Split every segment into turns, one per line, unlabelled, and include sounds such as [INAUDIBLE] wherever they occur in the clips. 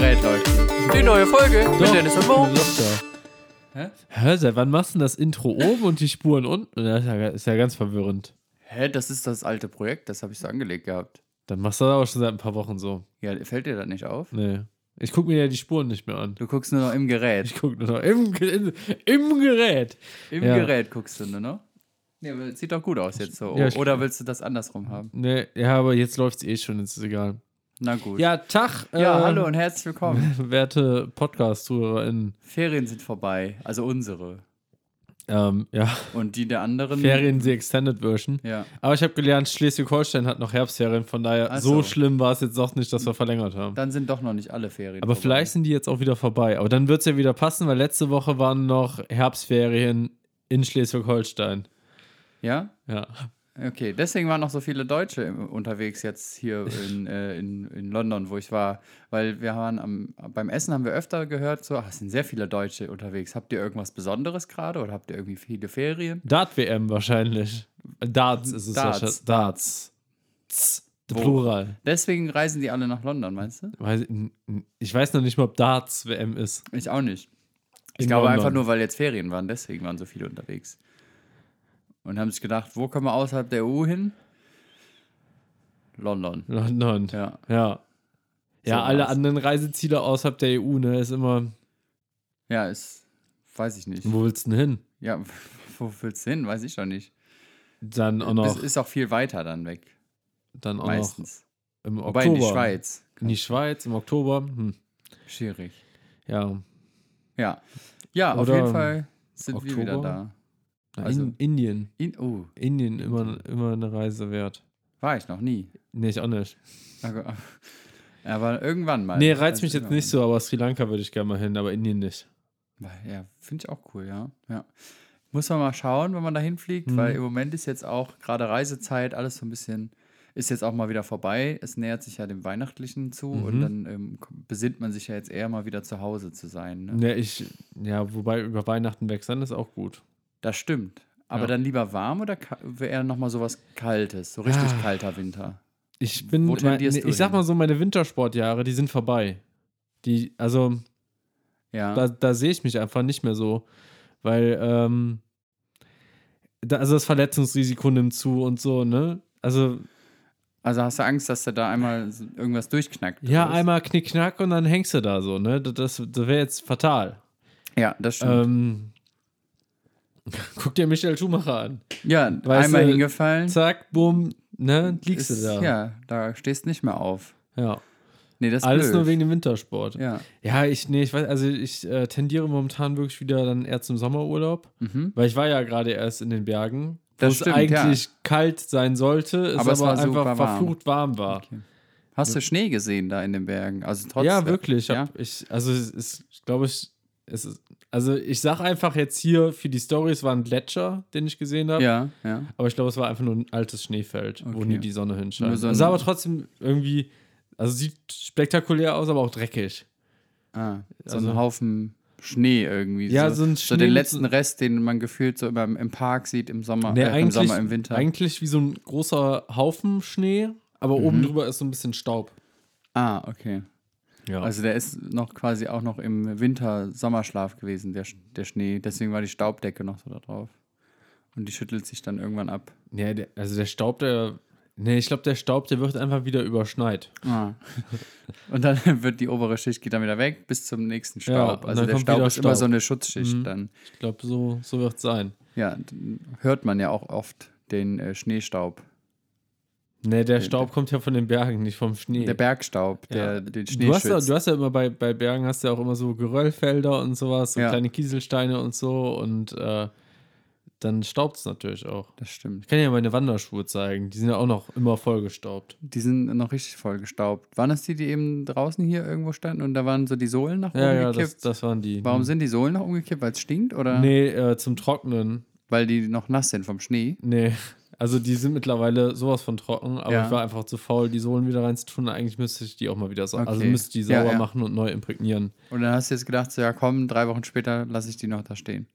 halt. Folge mit Dennis und Mo.
Hä? Hä, seit wann machst du denn das Intro oben und die Spuren unten? Das ist ja, ist ja ganz verwirrend.
Hä, das ist das alte Projekt, das habe ich so angelegt gehabt.
Dann machst du das aber schon seit ein paar Wochen so.
Ja, fällt dir das nicht auf?
Nee. Ich guck mir ja die Spuren nicht mehr an.
Du guckst nur noch im Gerät.
Ich guck nur noch im, Ge- im Gerät.
Im
Ja.
Gerät guckst du nur noch. Nee, aber sieht doch gut aus jetzt so.
Ja, ich-
Oder willst du das andersrum haben?
Nee, ja, aber jetzt läuft's eh schon, jetzt ist egal.
Na gut.
Ja, Tag.
Ja,
ähm,
hallo und herzlich willkommen.
[LAUGHS] Werte Podcast-ZuhörerInnen.
Ferien sind vorbei, also unsere.
Ähm, ja,
Und die der anderen.
Ferien, die Extended Version.
Ja.
Aber ich habe gelernt, Schleswig-Holstein hat noch Herbstferien, von daher,
Ach so.
so schlimm war es jetzt auch nicht, dass wir verlängert haben.
Dann sind doch noch nicht alle Ferien.
Aber
vorbei.
vielleicht sind die jetzt auch wieder vorbei. Aber dann wird es ja wieder passen, weil letzte Woche waren noch Herbstferien in Schleswig-Holstein.
Ja?
Ja.
Okay, deswegen waren noch so viele Deutsche im- unterwegs jetzt hier in, äh, in, in London, wo ich war. Weil wir waren am, beim Essen haben wir öfter gehört, so, ach, es sind sehr viele Deutsche unterwegs. Habt ihr irgendwas Besonderes gerade oder habt ihr irgendwie viele Ferien?
Dart-WM wahrscheinlich. Darts ist es
Darts,
wahrscheinlich. Darts. Tz, der
Wo?
Plural.
Deswegen reisen die alle nach London, meinst du?
Weiß ich, n- n- ich weiß noch nicht mal, ob Darts-WM ist.
Ich auch nicht. Ich
In
glaube
London.
einfach nur, weil jetzt Ferien waren, deswegen waren so viele unterwegs. Und haben sich gedacht, wo können wir außerhalb der EU hin? London.
London. Ja.
Ja, So
Ja, alle
war's.
anderen Reiseziele außerhalb der EU, ne, ist immer,
ja, ist, weiß ich nicht.
wo willst du denn hin?
Ja, [LAUGHS] wo willst du hin? Weiß ich doch nicht.
Dann auch
Es
noch,
ist auch viel weiter dann weg,
dann auch noch
meistens.
im Oktober.
Wobei in die Schweiz.
In die Schweiz im Oktober. Hm.
Schwierig.
Ja.
Ja, ja auf
Oder
jeden Fall sind wir wieder da.
Oktober?
Also-
in, Indien.
In, oh,
Indien immer, immer eine Reise wert.
war ich noch nie.
Nee, ich auch nicht.
Aber- [LAUGHS] Aber irgendwann mal.
Nee, reizt mich
Also
jetzt nicht so, aber Sri Lanka würde ich gerne mal hin, aber Indien nicht.
irgendwann. Ja, finde ich auch cool, ja. ja. Muss man mal schauen, wenn man da hinfliegt,
Mhm.
weil im Moment ist jetzt auch gerade Reisezeit, alles so ein bisschen, ist jetzt auch mal wieder vorbei. Es nähert sich ja dem Weihnachtlichen zu und
Mhm.
dann ähm, besinnt man sich ja jetzt eher mal wieder zu Hause zu sein. Ne?
Nee, ich, ja, wobei über Weihnachten weg sein ist auch gut.
Das stimmt. Aber
Ja.
dann lieber warm oder ka- eher nochmal sowas Kaltes, so richtig
Ah.
kalter Winter?
Ich bin,
Wo
mein,
tendierst
nee,
du
ich sag
hin?
mal so, meine Wintersportjahre, die sind vorbei. Die, also,
Ja.
da, da sehe ich mich einfach nicht mehr so. Weil, ähm, da, also das Verletzungsrisiko nimmt zu und so, ne? Also,
also hast du Angst, dass du da einmal so irgendwas durchknackt?
ja,
oder was?
einmal knickknack und dann hängst du da so, ne? Das, das, das wäre jetzt fatal.
Ja, das stimmt.
Ähm, [LAUGHS] guck dir Michael Schumacher an.
ja,
Ähm, weißt
einmal
du,
hingefallen.
Zack, bumm, ne? Liegst
ist-
du da.
Ja, da stehst nicht mehr auf.
Ja.
Nee, das ist
Alles
blöd.
nur wegen dem Wintersport.
Ja.
Ja, ich, nee, ich weiß, also ich äh, tendiere momentan wirklich wieder dann eher zum Sommerurlaub,
Mhm.
weil ich war ja gerade erst in den Bergen, wo
Das
es
stimmt,
eigentlich kalt sein sollte, es
Aber
aber,
es war
einfach
super warm.
verflucht warm war.
Okay. Hast du Schnee gesehen da in den Bergen? Also trotzdem.
ja, wirklich. Ich
Ja?
hab, ich, also es ist, glaube ich, es ist, also ich sag einfach jetzt hier für die Stories war ein Gletscher, den ich gesehen habe.
Ja, ja.
Aber ich glaube, es war einfach nur ein altes Schneefeld, wo
Okay.
nie die Sonne hinscheint.
Nur so ein-
es sah aber trotzdem irgendwie, also sieht spektakulär aus, aber auch dreckig.
Ah, so
Also-
ein Haufen Schnee irgendwie.
Ja, so ein
so
Schnee
den
mit
letzten
so-
Rest, den man gefühlt so immer im, im Park sieht, im Sommer,
Nee,
äh, im Sommer, im Winter.
Eigentlich wie so ein großer Haufen Schnee, aber
Mhm.
oben drüber ist so ein bisschen Staub.
Ah, okay.
Ja.
Also der ist noch quasi auch noch im Winter-Sommerschlaf gewesen, der, Sch- der Schnee. Deswegen war die Staubdecke noch so da drauf. Und die schüttelt sich dann irgendwann ab.
nee, der, also der Staub, der. Nee, ich glaube, der Staub, der wird einfach wieder überschneit.
Ah. [LAUGHS] Und dann [LAUGHS] wird die obere Schicht geht dann wieder weg bis zum nächsten
Ja,
Staub.
und
also
dann
der
kommt
Staub
wieder
ist immer
Staub. Mhm.
so eine Schutzschicht dann.
Ich glaube, so, so wird es sein.
Ja, d- hört man ja auch oft den äh, Schneestaub.
Nee, der Staub kommt ja von den Bergen, nicht vom Schnee.
Der Bergstaub, der
Ja.
den Schnee
du, hast ja,
schützt.
du hast ja immer bei, bei Bergen hast du ja auch immer so Geröllfelder und sowas, so
Ja.
kleine Kieselsteine und so und äh, dann staubt es natürlich auch.
das stimmt.
Ich kann ja meine Wanderschuhe zeigen, die sind ja auch noch immer vollgestaubt.
Die sind noch richtig voll gestaubt. Waren das die, die eben draußen hier irgendwo standen und da waren so die Sohlen nach oben
Ja, ja,
gekippt?
das, das waren die.
Warum sind die Sohlen noch umgekippt? Weil es stinkt oder
Hm. Nee, äh, zum Trocknen.
weil die noch nass sind vom Schnee?
Nee. [LAUGHS] Also die sind mittlerweile sowas von trocken, aber
Ja.
ich war einfach zu faul, die Sohlen wieder reinzutun. Eigentlich müsste ich die auch mal wieder sauber. Also
Okay.
müsste ich die
Ja,
sauber
ja.
machen und neu imprägnieren.
Und dann hast du jetzt gedacht, so ja komm, drei Wochen später lasse ich die noch da stehen.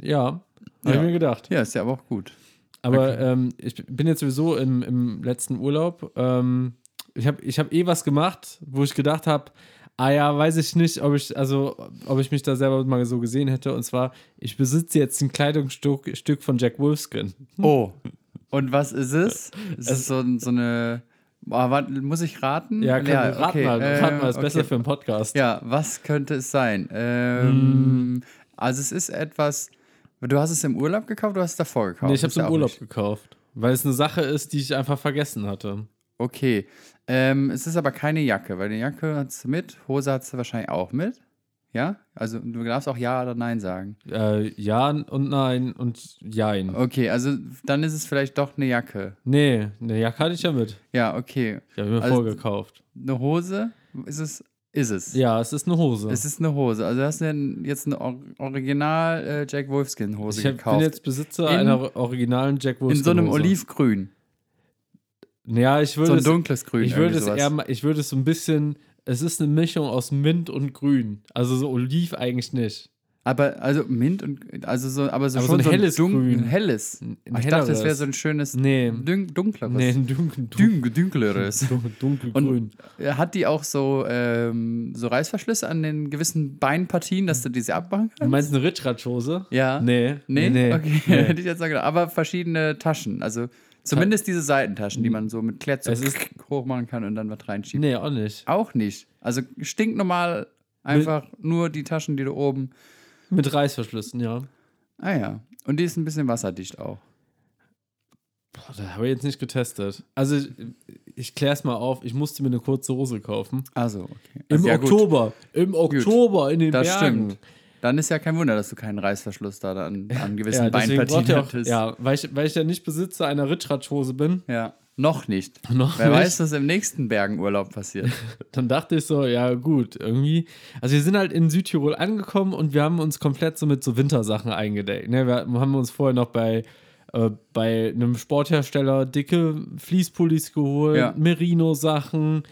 Ja,
Ja.
habe ich mir gedacht.
Ja, ist ja aber auch gut.
Aber ähm, ich bin jetzt sowieso im, im letzten Urlaub. Ähm, ich habe ich hab eh was gemacht, wo ich gedacht habe, Ah ja, weiß ich nicht, ob ich, also, ob ich mich da selber mal so gesehen hätte. Und zwar, ich besitze jetzt ein Kleidungsstück Stück von Jack Wolfskin.
Oh. Und was ist es? Es ist so, ein- so eine. Ah, warte, muss ich raten?
Ja, komm, rat
okay,
mal, rat
ähm,
mal, ist besser
okay.
für Hm. einen Podcast.
Ja, was könnte es sein? Ähm, Also es ist etwas. Du hast es im Urlaub gekauft, du hast es davor gekauft.
nee, ich habe
Ist
es
ja
im
auch
Urlaub
nicht-
gekauft, weil es eine Sache ist, die ich einfach vergessen hatte.
Okay. Ähm, es ist aber keine Jacke, weil die Jacke hat es mit, Hose hat es wahrscheinlich auch mit. Ja? Also du darfst auch Ja oder Nein sagen.
Äh, ja und nein und jein.
Okay, also dann ist es vielleicht doch eine Jacke.
Nee, eine Jacke hatte ich ja mit.
Ja, okay.
Die habe ich mir
Also-
vorgekauft.
Eine Hose ist es. Ist es.
Ja, es ist eine Hose.
Es ist eine Hose. Also hast du denn jetzt eine Or Original äh, Jack Wolfskin Hose
ich hab, bin
gekauft.
jetzt Besitzer
In-
einer originalen Jack Wolfskin.
in so einem
Hose.
Olivgrün.
Ja, ich
So
würde
ein dunkles Grün.
es, ich würde
irgendwie
es
sowas.
eher, ma- ich würde es so ein bisschen. Es ist eine Mischung aus Mint und Grün. Also so Oliv eigentlich nicht.
Aber also Mint und also so, aber so
Aber so
schon
ein helles
dun-
Grün.
ein helles.
Ein
ich dachte, das wäre
helleres.
so ein schönes
Nee.
dun dunkleres.
Nee, ein dunkel,
Dün dunkleres.
dunkel, dunkelgrün.
Äh, [LAUGHS] Hat die auch so, ähm, so Reißverschlüsse an den gewissen Beinpartien, dass du diese abmachen
Du
kannst?
meinst eine Ritratschhose?
Ja.
Nee.
Nee,
nee.
okay. [LAUGHS]
nee.
Hätte ich jetzt sagen gedacht. Aber verschiedene Taschen. Also zumindest diese Seitentaschen, die man so mit Klett so
Hm. Es ist-
[LAUGHS] hochmachen kann und dann was reinschieben.
Nee, auch nicht.
Auch nicht. Also stinknormal einfach nur die Taschen, die du oben.
Mit Reißverschlüssen, ja.
Ah ja. Und die ist ein bisschen wasserdicht auch.
Boah, da habe ich jetzt nicht getestet. Also, ich, ich kläre es mal auf. Ich musste mir eine kurze Hose kaufen.
Also, okay.
Im
also, ja, gut.
Oktober. Im Oktober in den
Das
Bergen.
stimmt. Dann ist ja kein Wunder, dass du keinen Reißverschluss da an,
[LAUGHS]
an gewissen
Ja, deswegen braucht
Beinpartien
ihr auch,
hattest.
ja, weil ich, weil ich ja nicht Besitzer einer Ritratschhose bin,
Ja. Noch nicht.
Noch
Wer
nicht.
weiß, was im nächsten Bergenurlaub passiert.
dann dachte ich so, ja gut, irgendwie. Also wir sind halt in Südtirol angekommen und wir haben uns komplett so mit so Wintersachen eingedeckt. Ne? Wir haben uns vorher noch bei, äh, bei einem Sporthersteller dicke Fließpullis geholt,
Ja.
Merino-Sachen.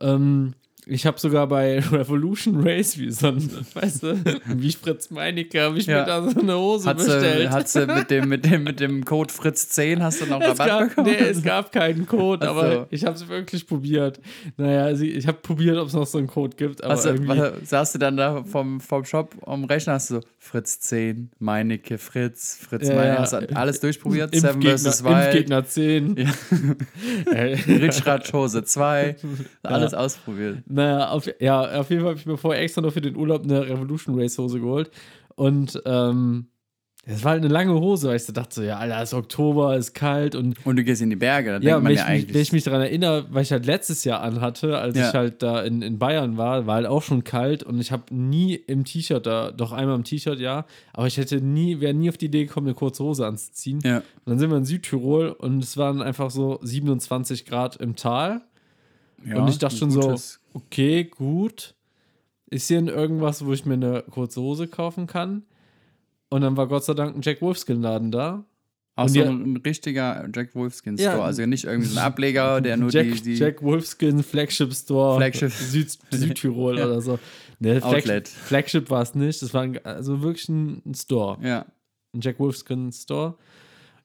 Ähm, ich habe sogar bei [LAUGHS] Revolution Race, wie so ein, weißt du, wie Fritz Meinecke, habe ich
Ja.
mir da so eine Hose
Hat
bestellt.
sie, hat sie mit, dem, mit, dem, mit dem Code Fritz10 hast du noch
Es
Rabatt
gab,
bekommen?
nee, es gab keinen Code,
Ach
aber
so.
ich habe es wirklich probiert. Naja, also ich habe probiert, ob es noch so einen Code gibt, aber
Hast du,
irgendwie,
warte, saß du dann da vom, vom Shop am Rechner, hast du so Fritz 10, Meinecke, Fritz, Fritz
Ja,
Meinecke,
ja.
hast du alles durchprobiert, Seven
Impfgegner,
vs. Wild,
Impfgegner 10. [LAUGHS] Äh,
Ritschratsch Hose
[LAUGHS]
2, alles ausprobiert.
naja, auf, ja, auf jeden Fall habe ich mir vorher extra noch für den Urlaub eine Revolution Race Hose geholt. Und ähm, es war halt eine lange Hose, weil ich so dachte, so, ja, Alter, es ist Oktober, ist kalt und
Und du gehst in die Berge, da
Ja,
denkt
wenn
man
ich,
ja
mich, wenn
eigentlich,
ich mich daran erinnere, weil ich halt letztes Jahr anhatte, als
Ja.
ich halt da in, in Bayern war, war halt auch schon kalt und ich habe nie im T-Shirt da, doch einmal im T-Shirt, ja, aber ich hätte nie, wäre nie auf die Idee gekommen, eine kurze Hose anzuziehen.
ja,
Und dann sind wir in Südtirol und es waren einfach so 27 Grad im Tal
ja,
und ich dachte
ein
schon
gutes-
so, okay, gut, ist hier irgendwas, wo ich mir eine kurze Hose kaufen kann? Und dann war Gott sei Dank ein Jack Wolfskin Laden da.
Auch
und
so
ja-
ein richtiger Jack Wolfskin
Ja.
Store, also nicht irgendwie so ein Ableger, der nur
Jack,
die, die
Jack Wolfskin Flagship Store
Flagship.
[LAUGHS] Süd,
[LAUGHS]
Südtirol
Ja.
oder so. Ne, Flag-
Outlet.
Flagship war es nicht. Das war ein, also wirklich ein ein Store.
ja,
Ein Jack Wolfskin Store.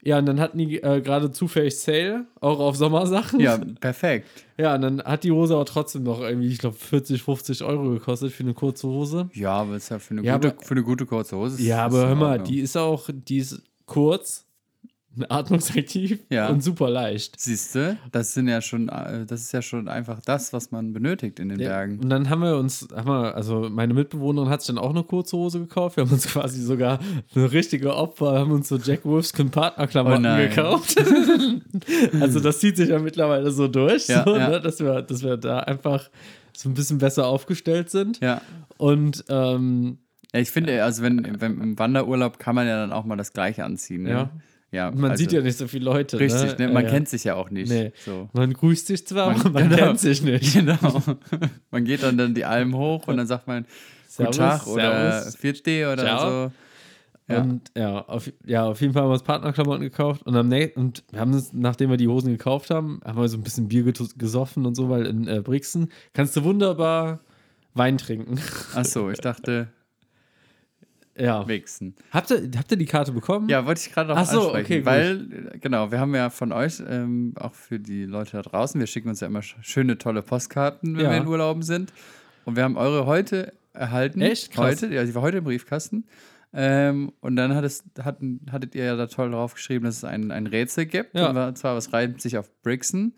Ja, und dann hatten die äh, gerade zufällig Sale, auch auf Sommersachen.
ja, perfekt.
[LAUGHS] ja, und dann hat die Hose aber trotzdem noch irgendwie, ich glaube, 40, 50 Euro gekostet für eine kurze Hose.
Ja, aber ist ja für eine,
Ja,
gute,
aber-
für eine gute kurze Hose. ist-
Ja,
ist
aber
in
hör mal,
Ordnung.
die ist auch, die ist kurz, [LAUGHS] atmungsaktiv
Ja.
und super leicht.
Siehst du, das sind ja schon, äh, das ist ja schon einfach das, was man benötigt in den
Ja,
Bergen.
Und dann haben wir uns, haben wir, also meine Mitbewohnerin hat sich dann auch eine kurze Hose gekauft. Wir haben uns [LAUGHS] quasi sogar eine richtige Opfer, haben uns so Jack Wolfskin
Oh
Partnerklamotten
nein.
gekauft. [LAUGHS] also das zieht sich ja mittlerweile so durch,
Ja,
so,
ja.
Ne? Dass, wir, dass wir da einfach so ein bisschen besser aufgestellt sind.
Ja.
Und ähm,
ja, ich finde, also wenn, wenn im Wanderurlaub kann man ja dann auch mal das Gleiche anziehen. Ne?
Ja.
ja.
man
also,
sieht ja nicht so viele Leute.
richtig, ne?
ne?
man
Ja, ja.
kennt sich ja auch nicht.
Nee.
So. [LAUGHS]
Man grüßt sich zwar,
Man-
aber man
genau.
kennt sich
[LAUGHS]
nicht.
Genau. man geht dann, dann die Alm hoch und dann sagt man Guten
Servus,
Tag oder
Servus.
Vierte oder
Ciao.
so. Ja.
Und ja auf, ja, auf jeden Fall haben wir uns Partnerklamotten gekauft und am nächsten, und wir haben uns, nachdem wir die Hosen gekauft haben, haben wir so ein bisschen Bier getu- gesoffen und so, weil in äh, Brixen kannst du wunderbar Wein trinken. [LAUGHS]
Ach so, ich dachte,
ja.
wichsen.
Habt ihr, habt ihr die Karte bekommen?
Ja, wollte ich gerade noch
Ach so,
ansprechen,
okay, gut.
weil äh, genau, wir haben ja von euch ähm, auch für die Leute da draußen, wir schicken uns ja immer sch- schöne tolle Postkarten, wenn
Ja.
wir in Urlauben sind Und wir haben eure heute erhalten.
Echt? Krass.
Heute, ja, sie war heute im Briefkasten. Ähm, und dann hat es, hatten, hattet ihr ja da toll drauf geschrieben, dass es ein, ein Rätsel gibt.
Ja.
Und war- zwar, was reimt sich auf Brixen?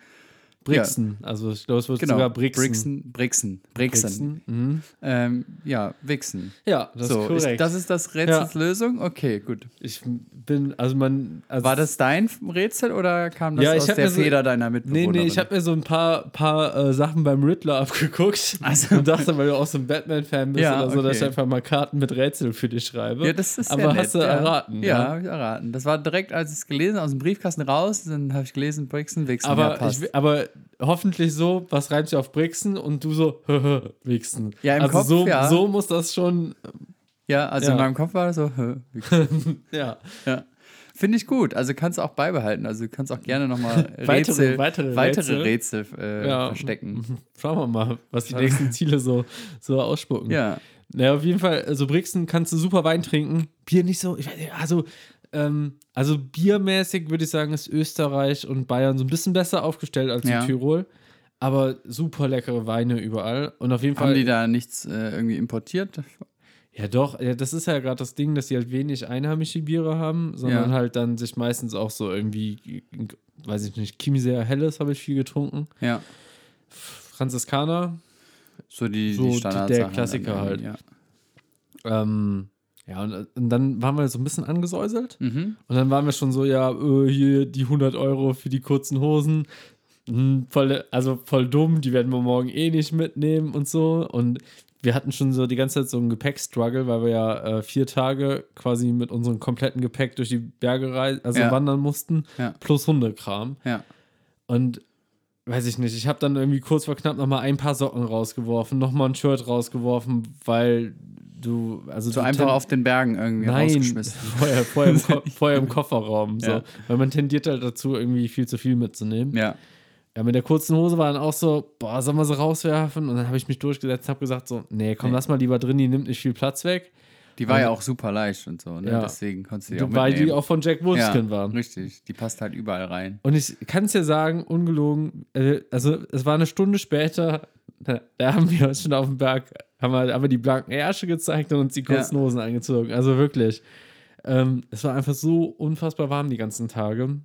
Brixen. Also ich glaube, es wird
Genau.
sogar Brixen.
Brixen. Brixen. Brixen.
Brixen. Mhm.
Ähm, ja, Wichsen.
Ja, das
so,
ist korrekt.
das ist das Rätselslösung? Okay, gut.
ich bin, also man. Also
War das dein Rätsel oder kam das
Ja, ich
aus
hab
der
mir so-
Feder deiner
Nee,
Mitbewohnerin?
nee, ich habe mir so ein paar, paar äh, Sachen beim Riddler abgeguckt
Also.
und dachte, weil du auch so ein Batman-Fan bist
Ja,
oder so, dass ich
okay.
einfach mal Karten mit Rätseln für dich schreibe.
Ja, das ist
Aber
ja nett,
hast du
ja.
erraten. ne?
Ja, habe ich erraten. Das war direkt, als ich es gelesen aus dem Briefkasten raus, dann habe ich gelesen, Brixen, Wichsen. ja,
Aber,
passt.
ich, aber hoffentlich so, was reimt sich auf Brixen und du so, [LAUGHS] Brixen.
Ja, im
also
Kopf,
so,
ja.
so muss das schon,
ja, also in
ja.
meinem Kopf war das so, hä, Wichsen.
ja.
ja. Finde ich gut. Also kannst du auch beibehalten. Also du kannst auch gerne nochmal
[LAUGHS] Weitere-
Rätsel,
weitere
Rätsel, äh,
Ja. [LAUGHS]
verstecken.
Schauen wir mal, was die nächsten Ziele so, so ausspucken.
Ja.
Naja, auf jeden Fall, also Brixen kannst du super Wein trinken. Bier nicht so. Ich weiß nicht, also, ähm, also biermäßig würde ich sagen, ist Österreich und Bayern so ein bisschen besser aufgestellt als in
Ja.
Tirol. Aber super leckere Weine überall. Und auf jeden
Haben
Fall.
die da nichts äh, irgendwie importiert?
ja, doch, ja, das ist ja gerade das Ding, dass die halt wenig einheimische Biere haben, sondern
Ja.
halt dann sich meistens auch so irgendwie, weiß ich nicht, Chiemseer Helles habe ich viel getrunken.
Ja.
Franziskaner.
So die,
So
die
die-
Standards.
der Klassiker halt.
Ja.
Ähm, ja, und, und dann waren wir so ein bisschen angesäuselt.
Mhm.
Und dann waren wir schon so, ja, äh, hier die 100 Euro für die kurzen Hosen. Hm, voll, also voll dumm, die werden wir morgen eh nicht mitnehmen und so. Und wir hatten schon so die ganze Zeit so einen Gepäckstruggle, weil wir ja äh, vier Tage quasi mit unserem kompletten Gepäck durch die Berge reisen, also
Ja.
wandern mussten,
Ja.
plus Hundekram.
Ja.
Und weiß ich nicht, ich habe dann irgendwie kurz vor knapp nochmal ein paar Socken rausgeworfen, nochmal ein Shirt rausgeworfen, weil du, also
So
du
einfach
ten-
auf den Bergen irgendwie
Nein,
rausgeschmissen.
vorher,
[LAUGHS]
vorher, im Ko vorher im Kofferraum. So.
Ja.
Weil man tendiert halt dazu, irgendwie viel zu viel mitzunehmen. Ja.
Ja.
mit der kurzen Hose war dann auch so, boah, sollen wir sie rauswerfen? Und dann habe ich mich durchgesetzt und habe gesagt so, nee, komm,
Nee.
lass mal lieber drin, die nimmt nicht viel Platz weg.
Die war
Und-
ja auch super leicht und so, ne?
Ja.
Deswegen konntest du die auch
Weil
mitnehmen.
die auch von Jack Wolfskin
ja,
waren.
Richtig, die passt halt überall rein.
Und ich kann es dir sagen, ungelogen, äh, also es war eine Stunde später, da, da haben wir uns schon auf dem Berg, haben wir, haben wir die blanken Ärsche gezeigt und uns die kurzen Hosen angezogen. Also wirklich. Ähm, es war einfach so unfassbar warm die ganzen Tage.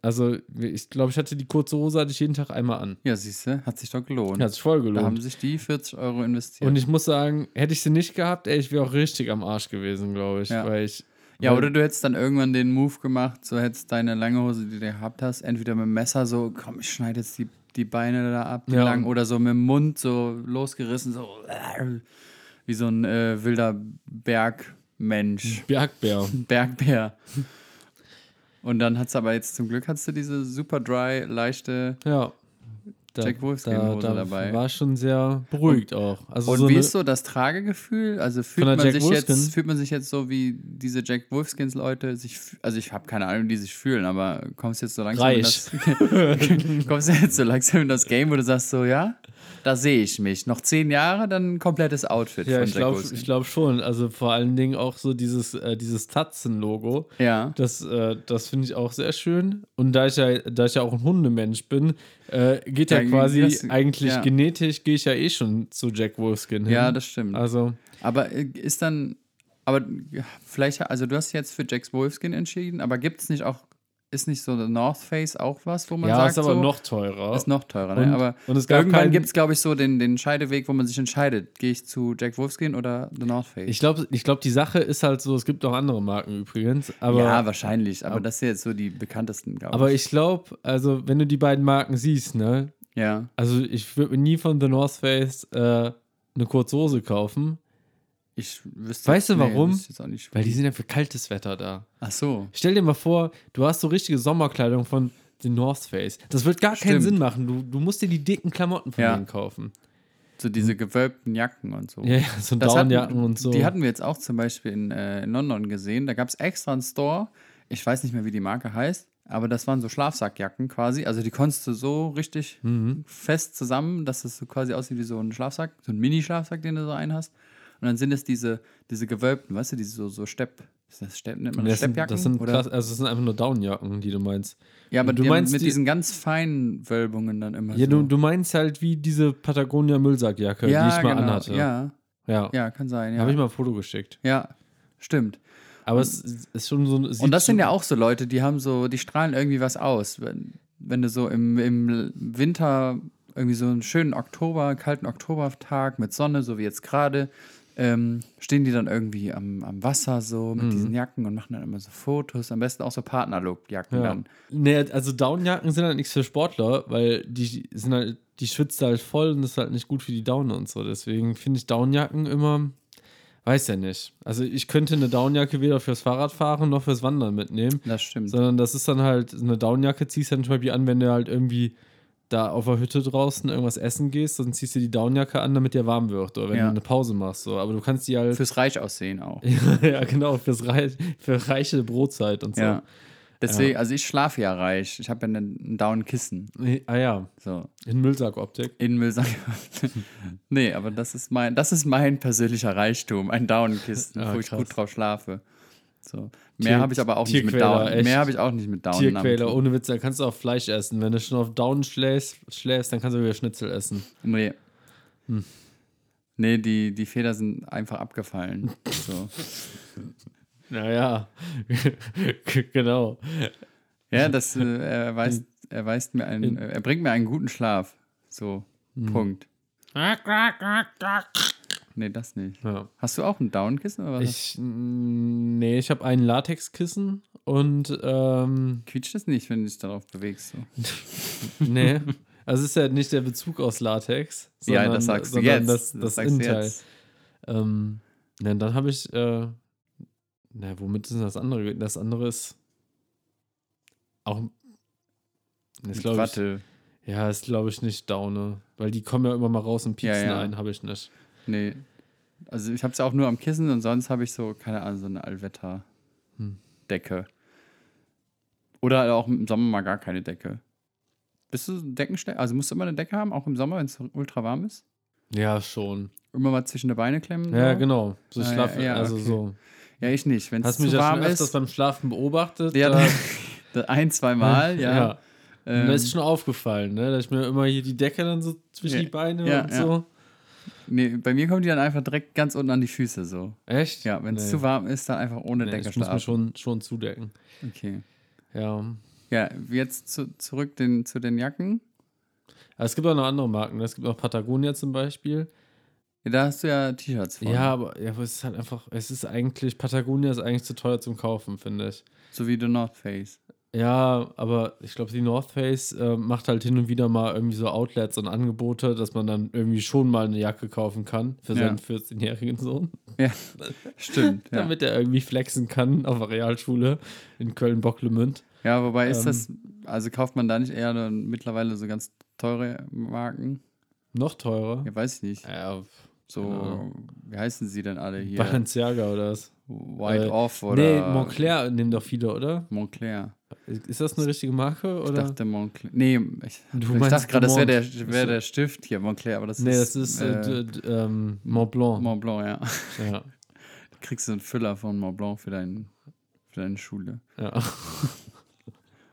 Also ich glaube, ich hatte die kurze Hose hatte ich jeden Tag einmal an.
Ja, siehst du, hat sich doch gelohnt.
Hat sich voll
Da
gelohnt.
haben sich die 40 Euro investiert.
Und ich muss sagen, hätte ich sie nicht gehabt, ey, ich wäre auch richtig am Arsch gewesen, glaube ich.
Ja.
Weil ich
ja,
weil-
oder du hättest dann irgendwann den Move gemacht, so hättest deine lange Hose, die du gehabt hast, entweder mit dem Messer so, komm, ich schneide jetzt die, die Beine da ab, die
Ja.
lang, oder so mit dem Mund so losgerissen, so äh, wie so ein äh, wilder Bergmensch.
Bergbär.
Bergbär. Und dann hat's aber jetzt zum Glück hast du diese super dry, leichte.
Ja. Da,
Jack Wolfskin-Hose dabei.
War schon sehr beruhigt auch. Also
Und
so
wie
eine,
ist so das Tragegefühl? Also fühlt
der
man
Jack
sich
Wolfskin?
jetzt fühlt man sich jetzt so wie diese Jack Wolfskins Leute sich f- also ich habe keine Ahnung, wie die sich fühlen, aber kommst jetzt so langsam in
Reich.
das [LAUGHS] kommst jetzt so langsam in das Game, wo du sagst so, ja, da sehe ich mich. Noch zehn Jahre, dann ein komplettes Outfit
Ja,
von
ich
Jack
glaube
Wolfskin.
ich glaub schon. Also vor allen Dingen auch so dieses, äh, dieses Tatzen-Logo.
ja.
Das, äh, das finde ich auch sehr schön. Und da ich ja, da ich ja auch ein Hundemensch bin, äh, geht ja,
Ja,
quasi
das-
eigentlich
ja.
genetisch, gehe ich ja eh schon zu Jack Wolfskin hin.
Ja, das stimmt.
Also,
Aber äh, ist dann, aber ja, vielleicht, also du hast jetzt für Jack Wolfskin entschieden, aber gibt es nicht auch, ist nicht so der North Face auch was, wo man
ja,
sagt,
ist aber
so,
noch teurer.
ist noch teurer,
Und-
ne? aber
und es gab
irgendwann
keinen-
gibt es, glaube ich, so den, den Scheideweg, wo man sich entscheidet, gehe ich zu Jack Wolfskin oder The North Face?
ich glaube, ich glaub, die Sache ist halt so, es gibt auch andere Marken übrigens, aber
ja, wahrscheinlich, aber das sind jetzt so die bekanntesten, glaube
Aber ich glaube, also wenn du die beiden Marken siehst, ne?
Ja,
Also ich würde mir nie von The North Face äh, eine kurze Hose kaufen,
ich wüsste
Weißt du
nee,
warum?
wüsste jetzt auch nicht.
weil die sind ja für kaltes Wetter da.
Ach so.
Stell dir mal vor, du hast so richtige Sommerkleidung von The North Face. Das wird gar keinen
Stimmt.
Sinn machen. Du, du musst dir die dicken Klamotten von
Ja.
denen kaufen.
So diese gewölbten Jacken und so.
Ja, ja, so
Das hatten-
Downjacken und so.
Die hatten wir jetzt auch zum Beispiel in, äh, in London gesehen. Da gab es extra einen Store. Ich weiß nicht mehr, wie die Marke heißt, aber das waren so Schlafsackjacken quasi. Also die konntest du so richtig
Mhm.
fest zusammen, dass es so quasi aussieht wie so ein Schlafsack, so ein Mini-Schlafsack, den du so ein hast. Und dann sind es diese, diese gewölbten, weißt du, diese so, so Stepp, Ist das Stepp, nennt man das
Das sind,
Steppjacken?
das, sind
oder?
krass, also das sind einfach nur Downjacken, die du meinst.
ja, aber
du
du die,
meinst
meinst mit
die-
diesen ganz feinen Wölbungen dann immer
Ja,
so.
du, du meinst halt wie diese Patagonia Müllsackjacke, die ich mal anhatte.
genau. Ja,
ja.
ja, kann sein. Ja,
Habe ich mal ein Foto geschickt.
ja stimmt.
Aber es ist ist schon so ein.
Und das sind ja auch so Leute, die haben so, die strahlen irgendwie was aus. Wenn, wenn du so im, im Winter irgendwie so einen schönen Oktober, kalten Oktobertag mit Sonne, so wie jetzt gerade, ähm, stehen die dann irgendwie am, am Wasser so
Mhm.
mit diesen Jacken und machen dann immer so Fotos. Am besten auch so Partnerlook-Jacken
Ja.
dann.
Nee, also Downjacken sind halt nichts für Sportler, weil die sind halt, die schwitzt halt voll und das ist halt nicht gut für die Daune und so. Deswegen finde ich Downjacken immer, weiß ja nicht. Also ich könnte eine Downjacke weder fürs Fahrradfahren noch fürs Wandern mitnehmen,
Das stimmt.
sondern das ist dann halt, eine Downjacke ziehst du dann zum Beispiel an, wenn du halt irgendwie da auf der Hütte draußen irgendwas essen gehst, dann ziehst du die Downjacke an, damit dir warm wird oder wenn
Ja.
du eine Pause machst. So. Aber du kannst die halt,
Fürs Reich aussehen auch.
[LAUGHS] ja genau, fürs Reich, für reiche Brotzeit und so.
Ja. Deswegen, also ich schlafe ja reich. Ich habe ja einen Down-Kissen.
Ah ja,
So.
in Müllsackoptik.
In
[LAUGHS]
Müllsack. nee, aber das ist mein, das ist mein persönlicher Reichtum, ein Downkissen,
Ah,
wo ich
krass.
gut drauf schlafe. So. Mehr
Tier-
habe ich aber auch nicht mit
Tierquäler,
Down.
echt.
Mehr habe ich auch nicht mit Down.
Tierquäler, ohne Witz, da kannst du auch Fleisch essen. Wenn du schon auf Down schläfst, schläfst dann kannst du wieder Schnitzel essen.
Nee.
Hm.
Nee, die, die Feder sind einfach abgefallen. So.
Naja, [LAUGHS] genau.
Ja, das äh, erweist, erweist mir einen, äh, er bringt mir einen guten Schlaf. So.
Hm.
Punkt. Nee, das nicht.
Ja.
Hast du auch ein Downkissen oder was?
Ich, mm, nee, ich habe ein Latexkissen und, ähm,
Quietscht das nicht, wenn du dich darauf bewegst? So. [LAUGHS]
nee. Also es ist ja nicht der Bezug aus Latex, sondern,
ja, das sagst du
sondern
jetzt.
das, das,
sagst du
Innenteil.
jetzt.
Ähm, na, dann habe ich, äh, na, womit ist denn das andere? Das andere ist auch, das
Mit
glaube ich,
Watte.
Ja, ist glaube ich nicht Daune, weil die kommen ja immer mal raus und pieksen
Ja, ja.
ein, habe ich nicht.
Nee. Also ich habe es ja auch nur am Kissen und sonst habe ich so, keine Ahnung, so eine Allwetterdecke.
Hm.
Oder auch im Sommer mal gar keine Decke. Bist du Deckenstelle? Also musst du immer eine Decke haben, auch im Sommer, wenn es ultra warm ist?
Ja, schon.
Immer mal zwischen die Beine klemmen?
Ja,
so?
genau. So
Ah, ja,
schlafen,
ja,
also
okay.
so.
Ja, ich nicht. Wenn es
Hast
zu
mich ja
warm
schon öfters
ist,
beim Schlafen beobachtet.
ja, [LAUGHS]
äh,
da- ein, zwei
[LAUGHS]
Mal, ja.
ja. Und
Ähm,
da ist schon aufgefallen, ne, dass ich mir immer hier die Decke dann so zwischen
Ja,
die Beine
ja,
und
ja.
so.
nee, bei mir kommen die dann einfach direkt ganz unten an die Füße so.
Echt?
Ja, wenn es
Nee.
zu warm ist, dann einfach ohne
nee,
Decke
Ich muss mir
schlafen.
schon, schon zudecken.
Okay.
Ja. Aber
Ja, jetzt zu, zurück den, zu den Jacken.
es gibt auch noch andere Marken. ne? Es gibt auch Patagonia zum Beispiel.
Ja, Da hast du ja T-Shirts von.
Ja, aber, ja, aber es ist halt einfach, es ist eigentlich, Patagonia ist eigentlich zu teuer zum Kaufen, finde ich.
So wie The North Face.
Ja, aber ich glaube, die North Face äh, macht halt hin und wieder mal irgendwie so Outlets und Angebote, dass man dann irgendwie schon mal eine Jacke kaufen kann für
Ja.
seinen 14-jährigen Sohn,
Ja,
[LAUGHS]
stimmt. Ja,
damit er irgendwie flexen kann auf der Realschule in Köln-Bocklemünd.
ja wobei ist das,
Ähm.
also kauft man da nicht eher dann mittlerweile so ganz teure Marken?
Noch teurer.
Ja, weiß ich nicht.
Ja. pf,
So,
genau.
wie heißen sie denn alle hier?
Balenciaga oder was?
White
äh,
Off oder?
Nee, Montclair nehmen doch viele, oder?
Montclair.
Ist das eine richtige Marke?
Ich
Oder?
dachte Montclair. Nee, ich,
Du
ich
meinst
dachte gerade, das wäre
Dumont.
der, wär der Stift hier, Montclair, aber das
nee,
ist.
das ist äh,
äh,
d- d- ähm, Mont Blanc.
Mont Blanc, ja.
Ja.
Kriegst du einen Füller von Mont Blanc für, deinen, für deine Schule.
Ja.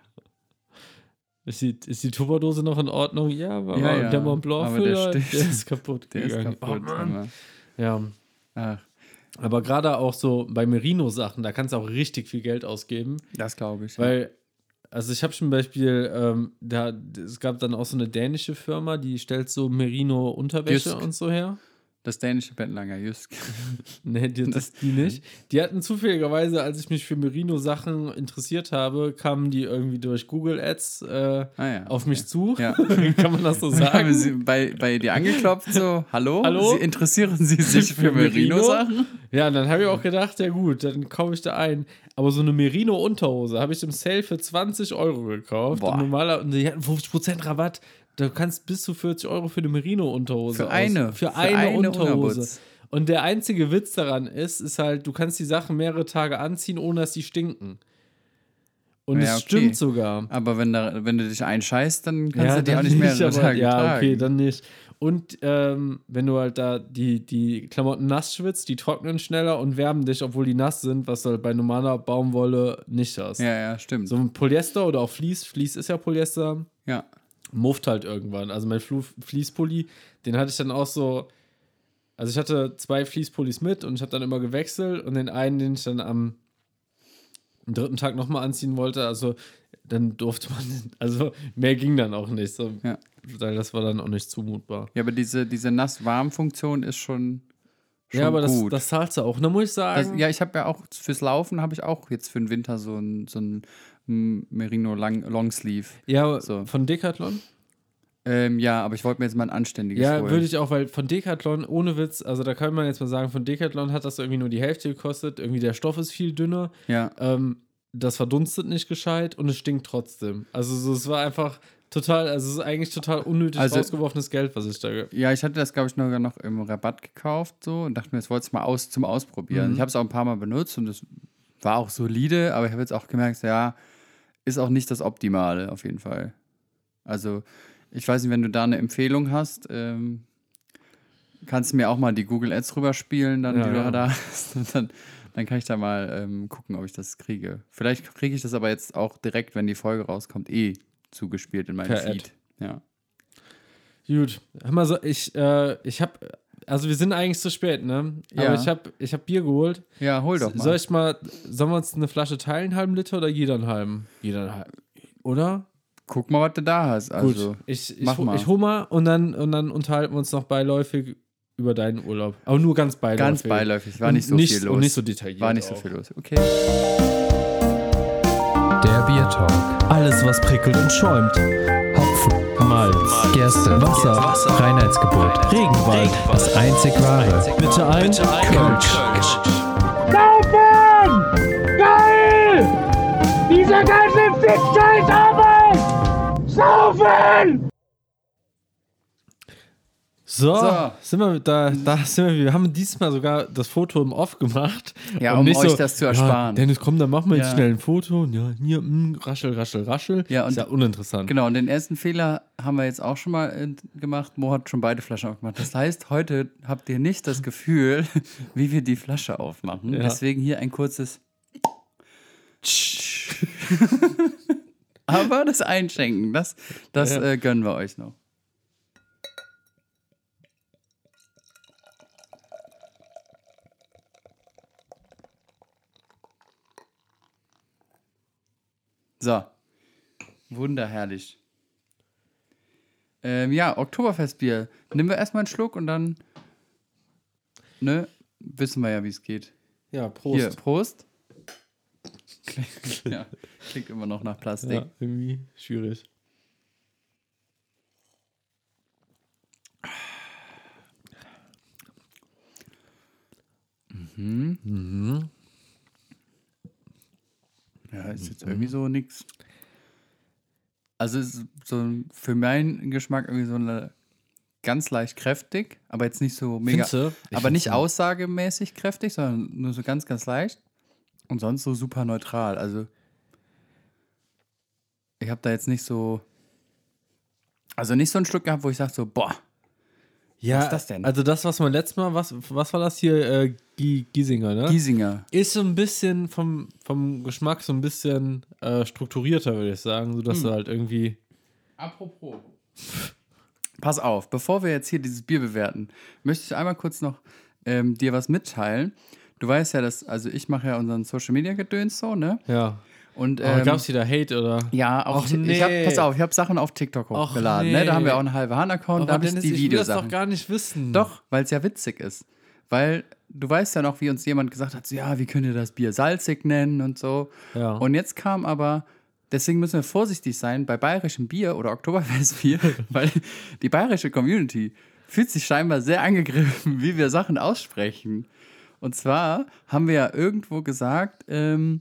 [LAUGHS] Ist die, ist die Tupperdose noch in Ordnung? Ja, aber
Ja, ja.
der Mont
Aber
Blanc
der
Füller, der,
Stift-
ist kaputt
Der ist
gegangen.
kaputt. Ah,
Oh, Mann.
aber-
ja,
Ach,
aber gerade auch so bei Merino-Sachen, da kannst du auch richtig viel Geld ausgeben,
das glaube ich.
weil also ich habe zum Beispiel, ähm, da, es gab dann auch so eine dänische Firma, die stellt so Merino-Unterwäsche
Jysk.
und so her.
das dänische Bettlanger, Jüsk.
Nee, die, das, die nicht. Die hatten zufälligerweise, als ich mich für Merino-Sachen interessiert habe, kamen die irgendwie durch Google Ads äh,
Ah ja.
auf mich zu.
[LAUGHS] Ja.
[LAUGHS] Kann man das so sagen?
Haben Sie bei, bei dir angeklopft, so, hallo?
Hallo? Also
Sie interessieren
[LAUGHS]
Sie sich für Merino-Sachen?
Ja, und dann habe ich auch gedacht, ja gut, dann kaufe ich da ein. Aber so eine Merino-Unterhose habe ich im Sale für 20 Euro gekauft.
Boah.
Und normaler, und die hatten 50% Rabatt. Du kannst bis zu 40 Euro für eine Merino-Unterhose
Für
aus-
eine.
Für,
Für
eine,
eine
Unterhose.
Unterputz.
Und der einzige Witz daran ist, ist halt, du kannst die Sachen mehrere Tage anziehen, ohne dass die stinken. Und
Ja,
es
okay. Ah,
stimmt sogar.
Aber wenn, da, wenn du dich einscheißt, dann kannst du die
dann
auch nicht mehr in
aber-
Tage
Ja,
tragen.
okay, dann nicht. Und ähm, wenn du halt da die, die Klamotten nass schwitzt, die trocknen schneller und wärmen dich, obwohl die nass sind, was du halt bei normaler Baumwolle nicht hast.
ja, ja, stimmt.
So ein Polyester oder auch Vlies, Vlies ist ja Polyester,
Ja.
mufft halt irgendwann. Also mein Flu Fließpulli, den hatte ich dann auch so. Also ich hatte zwei Fließpullis mit und ich habe dann immer gewechselt und den einen, den ich dann am, am dritten Tag nochmal anziehen wollte, also dann durfte man, [LAUGHS] also mehr ging dann auch nicht. So,
Ja.
weil Das war dann auch nicht zumutbar.
ja, aber diese, diese Nass-Warm-Funktion ist schon, schon
ja, aber das,
gut.
das zahlst du auch. Da muss ich
Das,
sagen,
ja, ich habe ja auch fürs Laufen habe ich auch jetzt für den Winter so ein, so ein mm, Merino Lang Longsleeve.
ja,
So.
von Decathlon
Ähm, ja, aber ich wollte mir jetzt mal ein anständiges
Ja,
holen.
würde ich auch, weil von Decathlon, ohne Witz, also da kann man jetzt mal sagen, von Decathlon hat das irgendwie nur die Hälfte gekostet, irgendwie der Stoff ist viel dünner,
ja,
ähm, das verdunstet nicht gescheit und es stinkt trotzdem. Also so, es war einfach total, also es ist eigentlich total unnötig
Also-
rausgeworfenes Geld, was ich da ge
ja, ich hatte das glaube ich sogar noch im Rabatt gekauft so und dachte mir, jetzt wollte ich es mal aus zum Ausprobieren.
Mhm.
Ich habe es auch ein paar Mal benutzt und es war auch solide, aber ich habe jetzt auch gemerkt, ja, ist auch nicht das Optimale auf jeden Fall. Also ich weiß nicht, wenn du da eine Empfehlung hast, ähm, kannst du mir auch mal die Google Ads rüberspielen, dann
Ja,
die
ja.
du da hast. [LAUGHS] Und dann, dann kann ich da mal ähm, gucken, ob ich das kriege. Vielleicht kriege ich das aber jetzt auch direkt, wenn die Folge rauskommt, eh zugespielt in meinem
Per
Feed. Ja.
Gut, hör mal so, ich, äh, ich hab, also wir sind eigentlich zu spät, ne? Aber
Ja.
ich hab, ich hab Bier geholt.
ja, hol doch mal.
Soll ich mal, sollen wir uns eine Flasche teilen, einen halben Liter oder jeder einen halben? Jeder einen halben. Oder?
Guck mal, was du da hast. Also,
Gut, ich, ich,
mach
hol-
mal.
ich hol mal und dann, und dann unterhalten wir uns noch beiläufig über deinen Urlaub. Aber nur ganz beiläufig.
ganz beiläufig. War nicht so
und nicht,
viel los.
Und nicht so detailliert.
War nicht so
auch.
viel los. Okay.
Der Bier Talk. Alles, was prickelt und schäumt. Hopfen, Malz, Gerste, Wasser, Reinheitsgebot, Regenwald, das einzig wahre. Bitte ein Kölsch.
Kaufen! Geil! Diese ganze Fick-Scheiß-Arbeit! Saufen!
So,
So.
Sind wir, da, da sind wir. Wir haben diesmal sogar das Foto im Off gemacht.
Ja,
Und
um euch das zu ersparen.
Ja, Dennis, komm, dann machen wir jetzt
Ja.
schnell ein Foto. Und ja, hier, mh, raschel, raschel, raschel.
Ja, und-
ist ja uninteressant.
Genau, und den ersten Fehler haben wir jetzt auch schon mal äh, gemacht. Mo hat schon beide Flaschen aufgemacht. Das heißt, heute habt ihr nicht das Gefühl, [LAUGHS] wie wir die Flasche aufmachen.
Ja.
Deswegen hier ein kurzes. [LAUGHS] Aber das Einschenken, das, das
Ja.
äh, gönnen wir euch noch. So. Wunderherrlich. Ähm, ja, Oktoberfestbier. Nehmen wir erstmal einen Schluck und dann. Ne? Wissen wir ja, wie es geht.
Ja, Prost.
Hier, Prost. Klingt, [LAUGHS] ja, klingt immer noch nach Plastik.
Ja, irgendwie schwierig.
Ja, ist jetzt irgendwie so nix. Also es ist so ein- für meinen Geschmack irgendwie so eine ganz leicht kräftig, aber jetzt nicht so mega.
Findst du? Ich
Aber nicht aussagemäßig kräftig, sondern nur so ganz, ganz leicht. Und sonst so super neutral. Also ich habe da jetzt nicht so. Also nicht so ein Stück gehabt, wo ich sage so, boah,
Ja,
Was ist das denn?
Also das, was man letztes Mal, was, was war das hier? Äh, Gi- Giesinger, ne?
Giesinger.
ist so ein bisschen vom, vom Geschmack so ein bisschen äh, strukturierter, würde ich sagen,
Hm.
sodass du halt irgendwie.
Apropos. Pass auf, bevor wir jetzt hier dieses Bier bewerten, möchte ich einmal kurz noch ähm, dir was mitteilen. Du weißt ja, dass, also ich mache ja unseren Social Media Gedöns so, ne?
Ja.
Und ähm,
Aber gab es wieder Hate oder?
ja, auf
Och,
Ti- ich hab,
nee.
pass auf, ich habe Sachen auf TikTok
Och,
hochgeladen, ne? Da haben
nee.
wir auch einen halben Hahn-Account,
Aber
da habe ich
Dennis,
die
ich will das doch
Videosachen.
gar nicht wissen.
Doch, weil es ja witzig ist. Weil du weißt ja noch, wie uns jemand gesagt hat, so, ja, wie könnt ihr das Bier salzig nennen und so.
Ja.
Und jetzt kam aber, deswegen müssen wir vorsichtig sein bei bayerischem Bier oder Oktoberfestbier, weil die bayerische Community fühlt sich scheinbar sehr angegriffen, wie wir Sachen aussprechen. Und zwar haben wir ja irgendwo gesagt, ähm,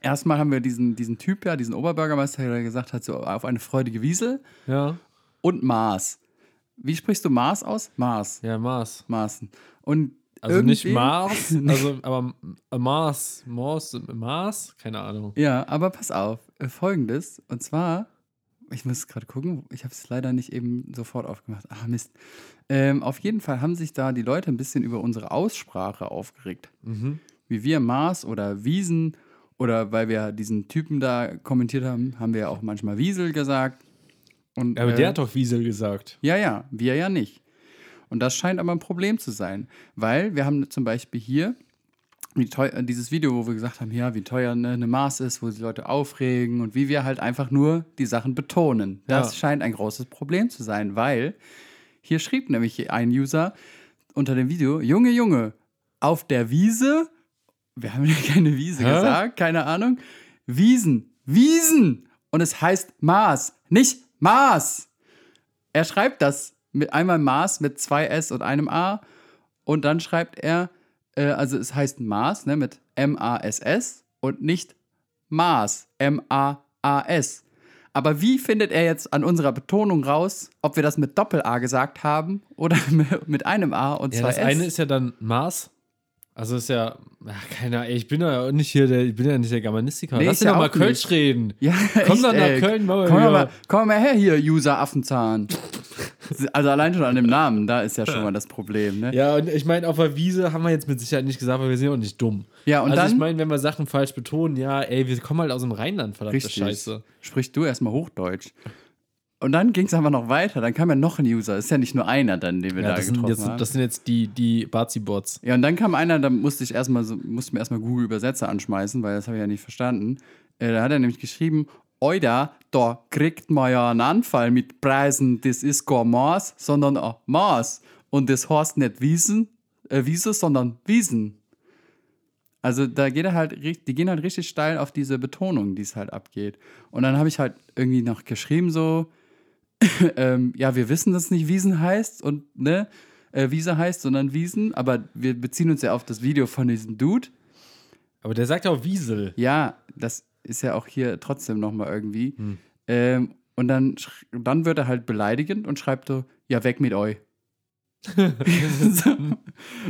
erstmal haben wir diesen, diesen Typ ja, diesen Oberbürgermeister, der gesagt hat, so auf eine freudige Wiesel
Ja.
und Mars. Wie sprichst du Mars aus? Mars.
Ja, Mars.
Maßen. Und
Also nicht
Irgendwie? [LAUGHS]
Mars, also aber äh, Mars, Mars, Mars, keine Ahnung.
Ja, aber pass auf. Äh, Folgendes. Und zwar, ich muss gerade gucken, ich habe es leider nicht eben sofort aufgemacht. Ah, Mist. Ähm, auf jeden Fall haben sich da die Leute ein bisschen über unsere Aussprache aufgeregt.
Mhm.
Wie wir Mars oder Wiesen oder weil wir diesen Typen da kommentiert haben, haben wir ja auch manchmal Wiesel gesagt. Und,
Aber
äh,
der hat doch Wiesel gesagt.
ja, ja, wir ja nicht. Und das scheint aber ein Problem zu sein, weil wir haben zum Beispiel hier wie teuer, dieses Video, wo wir gesagt haben, ja, wie teuer ne, eine, eine Maß ist, wo die Leute aufregen und wie wir halt einfach nur die Sachen betonen. Das
Ja.
scheint ein großes Problem zu sein, weil hier schrieb nämlich ein User unter dem Video, Junge, Junge, auf der Wiese, wir haben ja keine Wiese
Hä?
gesagt, keine Ahnung, Wiesen, Wiesen und es heißt Maß, nicht Maß. Er schreibt das mit einmal Maß mit zwei S und einem A und dann schreibt er, äh, also es heißt Maß ne, mit M-A-S-S und nicht Maß, M-A-A-S. Aber wie findet er jetzt an unserer Betonung raus, ob wir das mit Doppel-A gesagt haben oder [LAUGHS] mit einem A und
Ja,
zwei
das
S?
eine ist ja dann Mars. Also ist ja, ach, keine Ahnung, ey, ich bin ja auch nicht hier, der, ich bin ja nicht der Germanistiker.
Nee,
Lass
ich
dir
ja
doch mal
auch
Kölsch
nicht.
reden.
ja,
[LAUGHS] Komm
echt,
doch nach
ey.
Köln, machen wir
Komm,
hier.
doch mal, komm mal her hier, User
[LAUGHS]
Affenzahn. also allein schon an dem Namen, da ist ja schon mal das Problem. Ne?
Ja, und ich meine, auf der Wiese haben wir jetzt mit Sicherheit nicht gesagt, weil wir sind ja auch nicht dumm.
Ja, und
also ich
dann-
meine, wenn wir Sachen falsch betonen, ja, ey, wir kommen halt aus dem Rheinland, verdammte Scheiße.
Sprichst du erstmal Hochdeutsch. Und dann ging es aber noch weiter. Dann kam ja noch ein User. Ist ja nicht nur einer dann, den wir
Ja,
da
das, sind
getroffen
jetzt,
haben.
das sind jetzt die, die Bazi-Bots.
ja, und dann kam einer, da musste ich erstmal so, musste mir erstmal Google Übersetzer anschmeißen, weil das habe ich ja nicht verstanden. Äh, da hat er nämlich geschrieben, Oida, da kriegt man ja einen Anfall mit Preisen, das ist gar Mars, sondern a Mars. Und das heißt nicht Wiesen, äh, Wiese, sondern Wiesen. Also da geht er halt, richt- die gehen halt richtig steil auf diese Betonung, die es halt abgeht. Und dann habe ich halt irgendwie noch geschrieben so, [LAUGHS] ähm, ja, wir wissen, dass es nicht Wiesen heißt und ne, äh, Wiese heißt, sondern Wiesen, aber wir beziehen uns ja auf das Video von diesem Dude.
Aber der sagt auch Wiesel.
Ja, das ist ja auch hier trotzdem nochmal irgendwie.
Hm.
Ähm, und dann, sch- dann wird er halt beleidigend und schreibt so, ja, weg mit
[LAUGHS]
euch. [LAUGHS] so.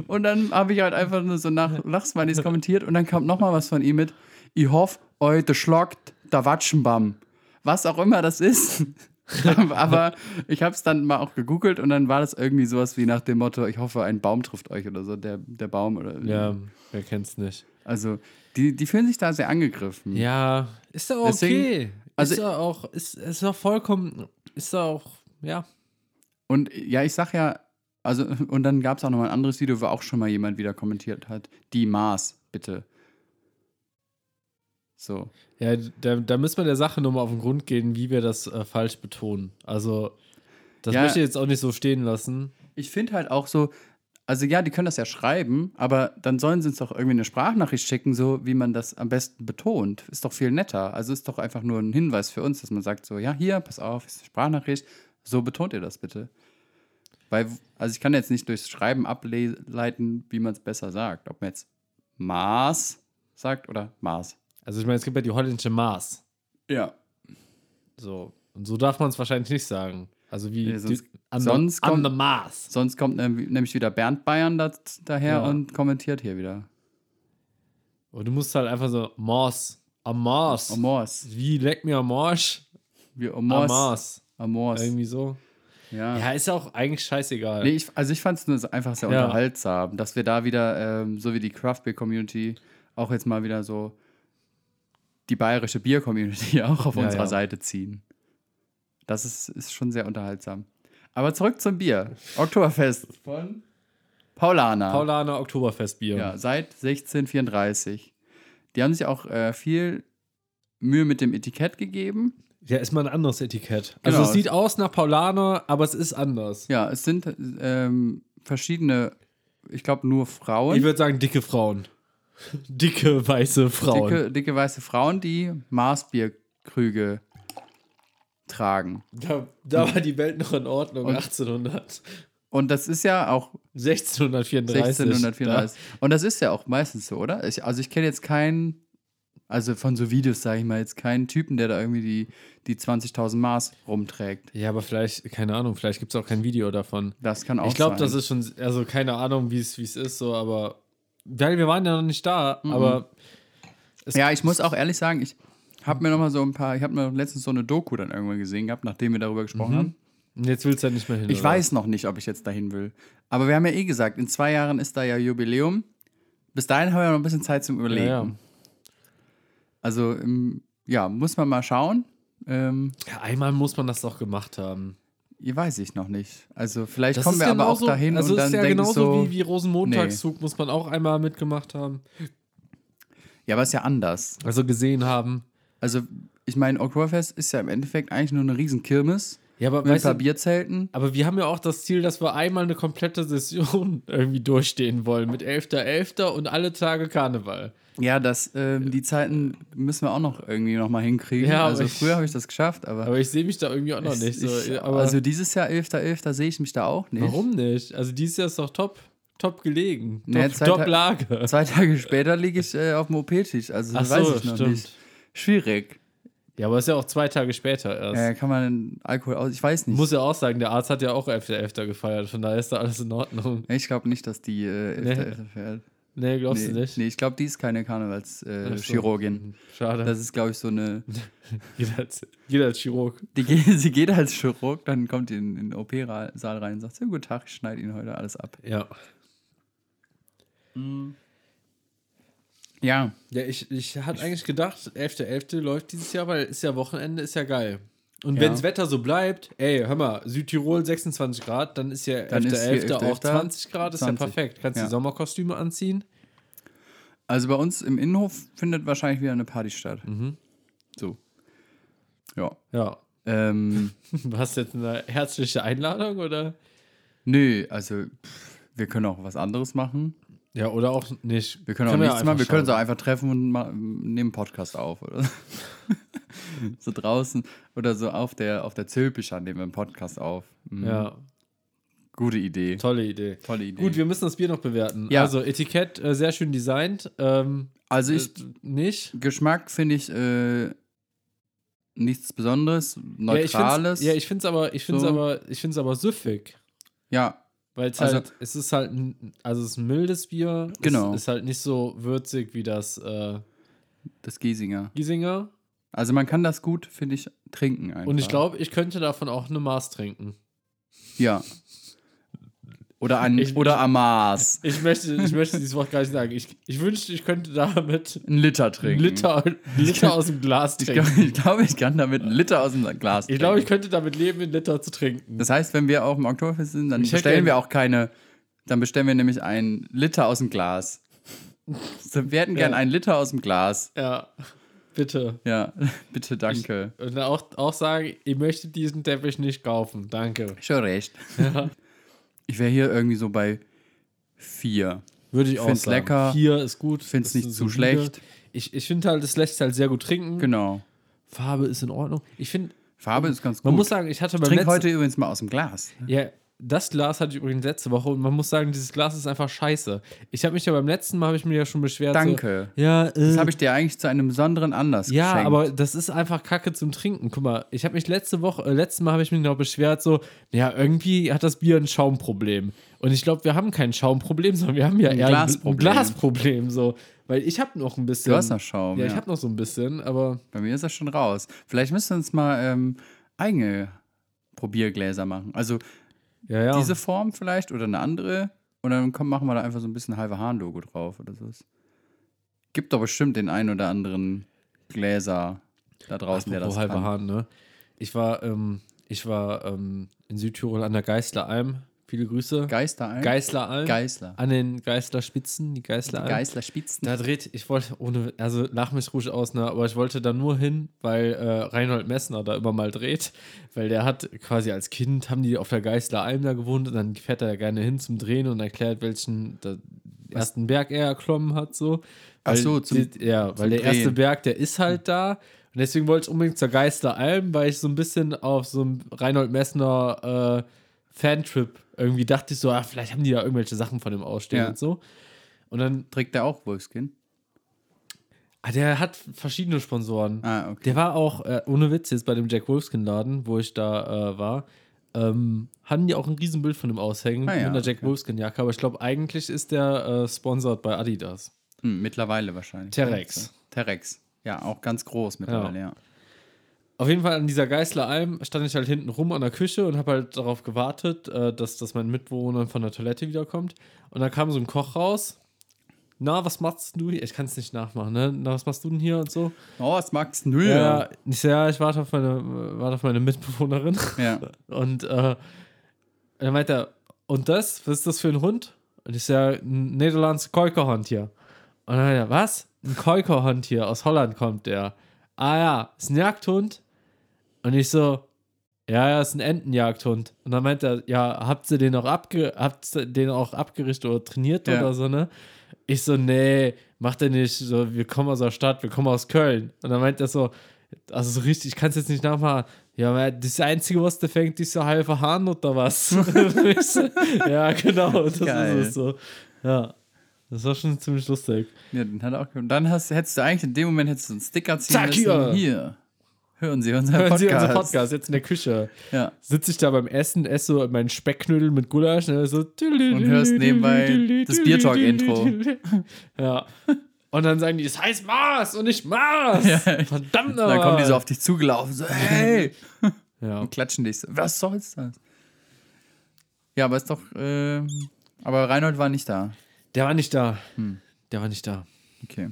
Und dann habe ich halt einfach nur so nach Lachsmanies kommentiert und dann kam nochmal was von ihm mit, ich hoffe, heute schlockt der Watschenbamm. Was auch immer das ist. [LAUGHS] Aber ich habe es dann mal auch gegoogelt und dann war das irgendwie sowas wie nach dem Motto, ich hoffe, ein Baum trifft euch oder so, der, der Baum oder
Ja, wer kennt's nicht.
also, die, die fühlen sich da sehr angegriffen.
Ja, ist doch okay.
Deswegen- also-
ist doch auch, ist, ist doch vollkommen, ist doch auch, ja.
Und äh, ja, ich sag ja, also, [LAUGHS] und dann gab es auch noch mal ein anderes Video, wo auch schon mal jemand wieder kommentiert hat. Die Mars, bitte. So.
Ja, da, da müssen wir der Sache nochmal auf den Grund gehen, wie wir das äh, falsch betonen. Also, das
Ja.
möchte ich jetzt auch nicht so stehen lassen.
Ich finde halt auch so, also ja, die können das ja schreiben, aber dann sollen sie uns doch irgendwie eine Sprachnachricht schicken, so wie man das am besten betont. Ist doch viel netter. Also ist doch einfach nur ein Hinweis für uns, dass man sagt so, ja, hier, pass auf, ist eine Sprachnachricht. So betont ihr das bitte. Weil, also ich kann jetzt nicht durchs Schreiben ableiten, wie man es besser sagt. Ob man jetzt Maß sagt oder Maß.
Also, ich meine, es gibt ja die holländische Maß.
Ja.
So. Und so darf man es wahrscheinlich nicht sagen. Also, wie
Nee, sonst-
die, an
sonst
der, an
kommt-
der Maß.
Sonst kommt nämlich nämlich wieder Bernd Bayern da, daher
Ja.
und kommentiert hier wieder.
Und du musst halt einfach so, Maß, am Maß.
Amors.
Wie leck mir am Arsch?
Wie
Am
Amors.
Maß.
Amors.
Irgendwie so.
Ja.
Ja, ist ja auch eigentlich scheißegal.
Nee, ich, also ich fand es einfach sehr
Ja.
unterhaltsam, dass wir da wieder, ähm, so wie die Craft Beer Community, auch jetzt mal wieder so die bayerische Bier Community [LAUGHS] auch auf
Ja,
unserer
ja.
Seite ziehen. Das ist, ist schon sehr unterhaltsam. Aber zurück zum Bier. Oktoberfest von Paulana.
Paulaner Oktoberfestbier.
Ja, seit 1634. Die haben sich auch äh, viel Mühe mit dem Etikett gegeben.
Ja, ist mal ein anderes Etikett. Also
Genau.
es sieht aus nach Paulaner, aber es ist anders.
Ja, es sind ähm, verschiedene, ich glaube nur Frauen.
Ich würde sagen, dicke Frauen. [LAUGHS] Dicke, weiße Frauen.
Dicke, dicke weiße Frauen, die Maßbierkrüge tragen.
Da, da war die Welt noch in Ordnung, 1800.
Und das ist ja auch
1634.
1634. Und das ist ja auch meistens so, oder? Ich, also ich kenne jetzt keinen. Also von so Videos sage ich mal jetzt keinen Typen, der da irgendwie die, die 20.000 Maß rumträgt.
Ja, aber vielleicht, keine Ahnung, vielleicht gibt es auch kein Video davon.
Das kann auch
Ich glaube,
sein.
das ist schon, also keine Ahnung, wie es wie es ist, so, aber. Weil wir waren ja noch nicht da,
Mhm.
aber. es-
Ja, ich muss auch ehrlich sagen, ich habe mir noch mal so ein paar, ich habe mir letztens so eine Doku dann irgendwann gesehen gehabt, nachdem wir darüber
Mhm.
gesprochen haben.
Jetzt willst du ja nicht mehr hin.
Ich
oder?
weiß noch nicht, ob ich jetzt dahin will. Aber wir haben ja eh gesagt, in zwei Jahren ist da ja Jubiläum. Bis dahin haben wir noch ein bisschen Zeit zum
Ja,
Überlegen.
ja.
Also, ähm, ja, muss man mal schauen. Ähm,
ja, einmal muss man das doch gemacht haben.
ja, weiß ich noch nicht. Also, vielleicht
Das
kommen
ist
wir aber auch
genauso-
dahin
also
und
es
dann
ist ja
denken
genauso
so.
wie, wie Rosenmontagszug, muss man auch einmal mitgemacht haben.
ja, aber ist ja anders.
Also gesehen haben.
Also, ich meine, Oktoberfest ist ja im Endeffekt eigentlich nur eine riesen Kirmes
Ja, aber
mit ein
weißt
paar
du,
Bierzelten.
aber wir haben ja auch das Ziel, dass wir einmal eine komplette Session [LAUGHS] irgendwie durchstehen wollen. Mit 11.11. und alle Tage Karneval.
Ja, das, ähm, die Zeiten müssen wir auch noch irgendwie noch mal hinkriegen.
Ja, aber
also,
ich-
früher habe ich das geschafft, aber.
Aber ich sehe mich da irgendwie auch noch nicht. So.
Ich,
aber
also dieses Jahr 11.11. sehe ich mich da auch nicht.
warum nicht? Also dieses Jahr ist doch top, top gelegen.
Nee,
top,
Zeit-
top Lage.
Zwei Tage später liege ich äh, auf dem OP-Tisch. Also
Ach
das
so,
weiß ich noch
stimmt.
nicht. Schwierig.
Ja, aber ist ja auch zwei Tage später erst.
Äh, kann man Alkohol aus? Ich weiß nicht.
Muss ja auch sagen, der Arzt hat ja auch 11.11. gefeiert, von daher ist da alles in Ordnung.
ich glaube nicht, dass die äh,
Nee.
11.11. fährt.
Nee, glaubst
Nee,
du nicht?
nee, ich glaube, die ist keine Karnevalschirurgin.
Ach
Äh,
so.
Chirurgin.
Schade.
das ist, glaube ich, so eine.
Jeder als, jeder als Chirurg.
Die, geht- [LAUGHS] sie geht als Chirurg, dann kommt die in, in den OP-Saal rein und sagt: Ja, guten Tag, ich schneide Ihnen heute alles ab.
Ja.
Ja,
Ja, ich, ich hatte eigentlich gedacht, 11.11. läuft dieses Jahr, weil ist ja Wochenende, ist ja geil. Und
Ja.
wenn das Wetter so bleibt, ey, hör mal, Südtirol 26 Grad, dann ist ja
Dann ist hier
11.11. auch
11.11.
20 Grad, ist
20.
ja perfekt. Kannst
Ja.
du Sommerkostüme anziehen?
also bei uns im Innenhof findet wahrscheinlich wieder eine Party statt.
Mhm.
So. Ja.
Ja. [LAUGHS]
Ähm. [LAUGHS]
Du hast jetzt eine herzliche Einladung, oder?
Nö, also pff, wir können auch was anderes machen.
Ja, oder auch nicht.
Wir können auch
Kann man ja
nichts machen. Wir
einfach
können uns auch einfach treffen und ma- nehmen einen Podcast auf
[LAUGHS]
oder so. so draußen oder so auf der auf der Zülpischer nehmen wir einen Podcast auf. Mhm.
schauen. Ja,
Gute Idee.
tolle Idee.
Tolle Idee.
Gut, wir müssen das Bier noch bewerten.
Ja.
Also Etikett, äh, sehr schön designt. Ähm,
also ich
äh, nicht.
Geschmack finde ich äh, nichts Besonderes, neutrales.
Ja, ich finde es aber, ich find's
So.
aber, ich find's aber süffig.
Ja,
Weil es
Also-
halt, es ist halt ein, also es ist ein mildes Bier.
Genau.
Es ist halt nicht so würzig wie das äh,
das Giesinger.
Giesinger.
Also man kann das gut finde ich trinken einfach.
Und ich glaube, ich könnte davon auch eine Maß trinken.
ja. Oder an
Ich-
oder am Mars.
Ich möchte, ich möchte dieses Wort gar nicht sagen. Ich, ich wünschte, ich könnte damit
Ein Liter
einen
trinken.
Liter, einen Liter aus dem Glas
Ich
trinken.
glaube, ich, glaub, ich kann damit einen Liter aus dem Glas
Ich glaube, ich
trinken.
könnte damit leben, einen Liter zu trinken.
Das heißt, wenn wir auf dem Oktoberfest sind, dann
Ich hätte
bestellen
gern-
wir auch keine. Dann bestellen wir nämlich einen Liter aus dem Glas. So, wir hätten gern
Ja.
einen Liter aus dem Glas.
Ja, bitte.
Ja, [LAUGHS] bitte, danke.
Und auch, auch sagen, ihr möchtet diesen Teppich nicht kaufen. Danke.
Schon recht. Ich wäre hier irgendwie so bei vier.
Würde ich,
Ich
auch
find's
sagen.
lecker.
Hier ist gut.
find's
ist
nicht
eine
zu
solide.
schlecht.
Ich, ich finde halt, es lässt sich halt sehr gut trinken.
Genau.
Farbe ist in Ordnung. Ich finde,
Farbe ist ganz gut.
man muss sagen, ich hatte beim
Trink
letzten... Also-
heute übrigens mal aus dem Glas.
Ja, das Glas hatte ich übrigens letzte Woche und man muss sagen, dieses Glas ist einfach scheiße. Ich habe mich ja beim letzten Mal, habe ich mir ja schon beschwert.
Danke.
So, ja, äh,
Das habe ich dir eigentlich zu einem besonderen Anlass
Ja,
geschenkt.
aber das ist einfach Kacke zum Trinken. Guck mal, ich habe mich letzte Woche, äh, letztes Mal habe ich mich noch beschwert, so, ja, irgendwie hat das Bier ein Schaumproblem. Und ich glaube, wir haben kein Schaumproblem, sondern wir haben ja eher
Glasproblem.
ein Glasproblem, so. Weil ich habe noch ein bisschen.
Du hast noch Schaum,
Ja, ich
ja.
habe noch so ein bisschen, aber
Bei mir ist das schon raus. Vielleicht müssen wir uns mal ähm, eigene Probiergläser machen. Also
ja, ja.
diese Form vielleicht oder eine andere. Und dann komm, machen wir da einfach so ein bisschen halbe Hahn-Logo drauf oder so. Gibt doch bestimmt den einen oder anderen Gläser da draußen, der das
Apropos halber
kann.
Hahn, ne? Ich war, ähm, ich war ähm, in Südtirol an der Geißleralm. Viele Grüße.
Geister ein.
Geißleralm.
Geißler.
An den Geißlerspitzen, die Geißleralm.
Geißler Spitzen.
Da dreht, ich wollte, ohne, also lach mich ruhig aus, ne, aber ich wollte da nur hin, weil äh, Reinhold Messner da immer mal dreht, weil der hat quasi als Kind, haben die auf der Geißler Alm da gewohnt und dann fährt er da gerne hin zum Drehen und erklärt, welchen da, ersten Berg er erklommen hat, so.
Ach
Weil
so, zum-
die, Ja, weil der
Drehen. Hm.
erste Berg, der ist halt da und deswegen wollte ich unbedingt zur Geißler Alm, weil ich so ein bisschen auf so einem Reinhold Messner äh, Fantrip irgendwie dachte ich so, ah, vielleicht haben die da irgendwelche Sachen von dem ausstehen
Ja.
und so. Und dann
Trägt der auch Wolfskin?
Ah, der hat verschiedene Sponsoren.
Ah, okay.
Der war auch, äh, ohne Witz, jetzt bei dem Jack Wolfskin-Laden, wo ich da äh, war, ähm, haben die auch ein Riesenbild von ihm aushängen
Ah ja,
mit einer Jack
okay.
Wolfskin-Jacke. Aber ich glaube, eigentlich ist der äh, sponsored bei Adidas.
Hm, mittlerweile wahrscheinlich.
Terex.
Terex. Ja, auch ganz groß mittlerweile, ja.
Auf jeden Fall an dieser Geißleralm stand ich halt hinten rum an der Küche und habe halt darauf gewartet, äh, dass, dass mein Mitbewohner von der Toilette wiederkommt. Und dann kam so ein Koch raus. Na, was machst du hier? Ich kann es nicht nachmachen, ne? Na, was machst du denn hier und so?
Oh, was magst du?
Ja, ich, so, ja, ich warte auf meine, warte auf meine Mitbewohnerin.
Ja.
Und äh, dann meint er, und das? Was ist das für ein Hund? Und ich sage, ein Niederlands Keukerhund hier. Und dann meint er, was? Ein Keukerhund hier, aus Holland kommt der. Ah ja, ist ein Jagdhund. Und ich so, ja, ja, ist ein Entenjagdhund. Und dann meint er, ja, habt ihr den auch, abge habt ihr den auch abgerichtet oder trainiert
Ja.
oder so, ne? Ich so, nee, macht er nicht. So, wir kommen aus der Stadt, wir kommen aus Köln. Und dann meint er so, also so richtig, ich kann es jetzt nicht nachmachen. Ja, aber das Einzige, was der fängt, ist so halber Hahn oder was? [LAUGHS] Ich so, ja, genau, das
Geil.
ist es so. Ja, das war schon ziemlich lustig.
ja den hat er auch ge- und Dann hast, hättest du eigentlich, in dem Moment hättest du einen Sticker ziehen
Zack,
müssen.
hier.
hier. Hören Sie unseren
Hören
Podcast.
Sie unseren Podcast, jetzt in der Küche.
Ja.
Sitze ich da beim Essen, esse so meinen Speckknödel mit Gulasch ne, so und
hörst nebenbei das Beer Talk Intro.
Ja. Und dann sagen die, es heißt Mars und nicht Mars.
Ja. Dann
Verdammt
kommen die so
nochmal.
auf dich zugelaufen, so, hey!
Oh. Ja.
Und klatschen dich so, was soll's das? Ja, aber ist doch, ähm, aber Reinhold war nicht da.
Der war nicht da. Der war nicht da.
Okay,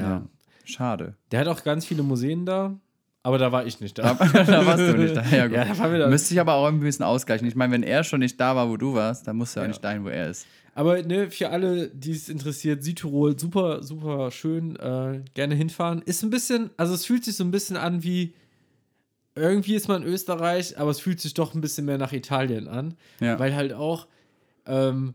Hm. Ja. schade.
Der hat auch ganz viele Museen da, aber da war ich nicht
[LAUGHS]
da.
da warst du nicht da.
[LAUGHS]
Ja, gut.
Ja, da waren wir da.
Müsste ich aber auch ein bisschen ausgleichen. Ich meine, wenn er schon nicht da war, wo du warst, dann musst du ja auch nicht dahin, wo er ist.
Aber ne, für alle, die es interessiert, Südtirol, super, super schön, äh, gerne hinfahren. Ist ein bisschen, also es fühlt sich so ein bisschen an wie, irgendwie ist man in Österreich, aber es fühlt sich doch ein bisschen mehr nach Italien an,
Ja.
weil halt auch ähm,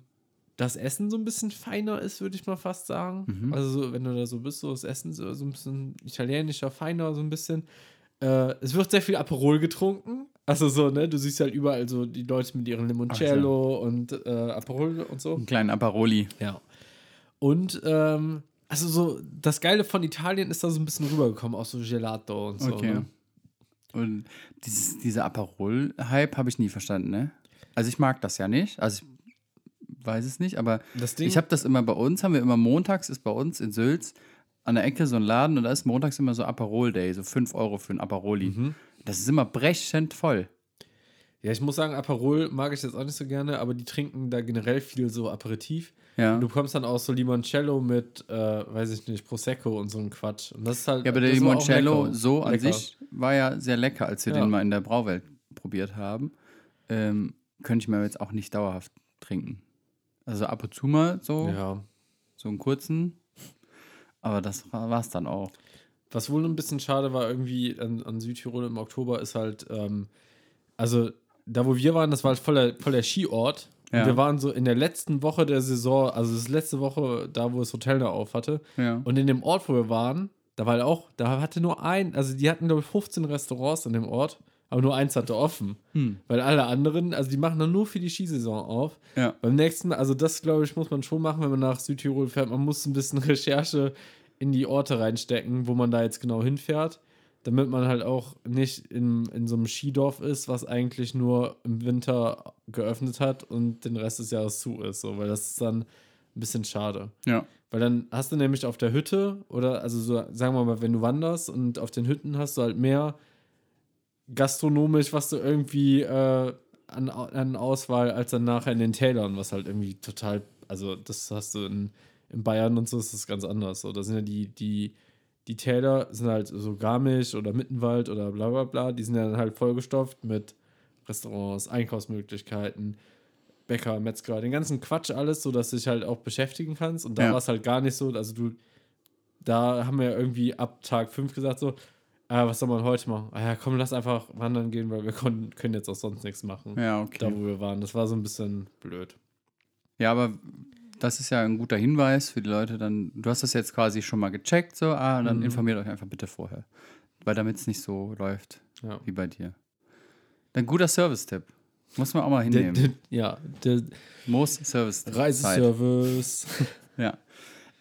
das Essen so ein bisschen feiner ist, würde ich mal fast sagen.
Mhm.
Also so, wenn du da so bist, so das Essen so, so ein bisschen italienischer, feiner, so ein bisschen. Äh, es wird sehr viel Aperol getrunken. Also so, ne, du siehst halt überall so die Leute mit ihren Limoncello und äh, Aperol und so.
Einen kleinen Aparoli.
Ja. Und ähm, also so das Geile von Italien ist da so ein bisschen rübergekommen, auch so Gelato und so.
Okay.
Ne?
Und dieses, dieser Aperol-Hype habe ich nie verstanden, ne? Also ich mag das ja nicht. Also ich weiß es nicht, aber
Das Ding-
ich habe das immer bei uns, haben wir immer montags, ist bei uns in Sülz an der Ecke so ein Laden und da ist montags immer so Aperol-Day, so 5 Euro für ein Aperoli.
Mhm.
Das ist immer brechend voll.
Ja, ich muss sagen, Aperol mag ich jetzt auch nicht so gerne, aber die trinken da generell viel so Aperitif.
Ja.
Du bekommst dann auch so Limoncello mit, äh, weiß ich nicht, Prosecco und so ein Quatsch. Und das ist halt.
Ja, aber der
das ist auch
Limoncello
lecker.
so an
Lecker.
sich war ja sehr lecker, als wir
Ja.
den mal in der Brauwelt probiert haben. Ähm, könnte ich mir aber jetzt auch nicht dauerhaft trinken. Also ab und zu mal so,
Ja.
so einen kurzen. Aber das war es dann auch.
Was wohl ein bisschen schade war, irgendwie an, an Südtirol im Oktober ist halt, ähm, also da wo wir waren, das war halt voller, voller Skiort.
Ja.
Und wir waren so in der letzten Woche der Saison, also das letzte Woche, da wo das Hotel da auf hatte.
Ja.
Und in dem Ort, wo wir waren, da war halt auch, da hatte nur ein, also die hatten glaube ich 15 Restaurants in dem Ort, aber nur eins hatte offen.
Hm.
Weil alle anderen, also die machen dann nur für die Skisaison auf.
Ja.
Beim nächsten Mal, also das glaube ich, muss man schon machen, wenn man nach Südtirol fährt. Man muss ein bisschen [LAUGHS] Recherche in die Orte reinstecken, wo man da jetzt genau hinfährt, damit man halt auch nicht in, in so einem Skidorf ist, was eigentlich nur im Winter geöffnet hat und den Rest des Jahres zu ist. So, weil das ist dann ein bisschen schade.
Ja.
Weil dann hast du nämlich auf der Hütte oder also so, sagen wir mal, wenn du wanderst und auf den Hütten hast du halt mehr gastronomisch, was du irgendwie äh, an, Au- an Auswahl als dann nachher in den Tälern, was halt irgendwie total, also das hast du in, in Bayern und so ist das ganz anders. So, da sind ja die, die, die Täler sind halt so Garmisch oder Mittenwald oder bla bla bla, die sind ja dann halt vollgestopft mit Restaurants, Einkaufsmöglichkeiten, Bäcker, Metzger, den ganzen Quatsch alles, so dass du dich halt auch beschäftigen kannst. Und da
Ja.
war es halt gar nicht so, also du, da haben wir irgendwie ab Tag 5 gesagt so, ah, was soll man heute machen? Ah ja, komm, lass einfach wandern gehen, weil wir kon- können jetzt auch sonst nichts machen.
Ja, okay.
Da, wo wir waren. Das war so ein bisschen blöd.
Ja, aber das ist ja ein guter Hinweis für die Leute. Dann, du hast das jetzt quasi schon mal gecheckt, so, ah,
Mhm.
dann informiert euch einfach bitte vorher. Weil damit es nicht so läuft
Ja.
wie bei dir. Dann guter Service-Tipp. Muss man auch mal
Der,
hinnehmen.
der, ja, der
Most Service-Tipp.
Reiseservice.
Ja.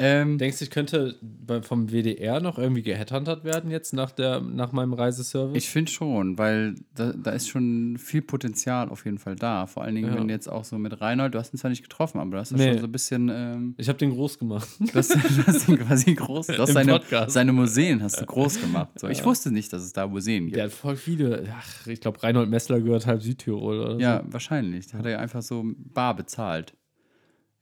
Ähm,
[LAUGHS] Denkst du, ich könnte bei- vom WDR noch irgendwie geheadhuntert werden jetzt nach, der, nach meinem Reiseservice?
ich finde schon, weil da, da ist schon viel Potenzial auf jeden Fall da. Vor allen Dingen,
Ja.
wenn jetzt auch so mit Reinhold, du hast ihn zwar nicht getroffen, aber du hast ja
Nee.
schon so ein bisschen. Ähm,
ich habe den
[LAUGHS]
groß gemacht.
du hast, du hast ihn quasi groß. Du hast
Im
seine,
Podcast.
seine Museen hast du groß gemacht. So, ich wusste nicht, dass es da Museen gibt.
Der hat voll viele. Ach, ich glaube, Reinhold Messler gehört halb Südtirol oder so.
Ja, wahrscheinlich. Da hat er einfach so bar bezahlt.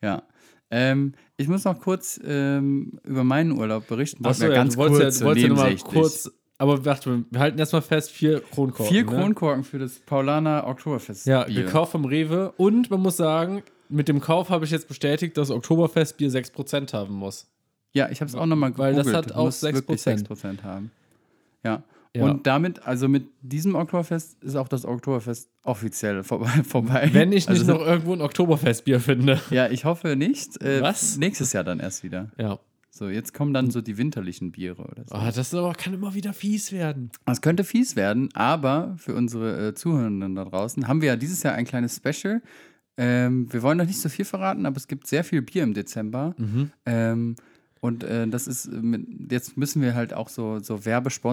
Ja. Ähm, ich muss noch kurz ähm, über meinen Urlaub berichten.
Achso,
Wollten wir
ja, du wolltest ja, du
und
wolltest ja nochmal
nebensächlich.
kurz. Aber warte, wir halten erstmal fest: vier Kronkorken.
Vier
Ne?
Kronkorken für das Paulaner Oktoberfest.
Ja,
Bier.
gekauft vom Rewe. Und man muss sagen, mit dem Kauf habe ich jetzt bestätigt, dass Oktoberfestbier 6% haben muss.
Ja, ich habe es auch nochmal
Weil
gegoogelt.
das hat auch
Muss
6%.
wirklich 6% haben. Ja.
Ja.
Und damit, also mit diesem Oktoberfest ist auch das Oktoberfest offiziell vorbei. [LAUGHS] vorbei.
Wenn ich nicht
also,
noch irgendwo ein Oktoberfestbier finde.
Ja, ich hoffe nicht. Äh,
Was?
Nächstes Jahr dann erst wieder.
Ja.
So, jetzt kommen dann so die winterlichen Biere oder so.
Ah, das ist aber, kann immer wieder fies werden.
Es könnte fies werden, aber für unsere äh, Zuhörenden da draußen haben wir ja dieses Jahr ein kleines Special. Ähm, wir wollen noch nicht so viel verraten, aber es gibt sehr viel Bier im Dezember.
Mhm.
Ähm, und äh, das ist, äh, mit, jetzt müssen wir halt auch so, so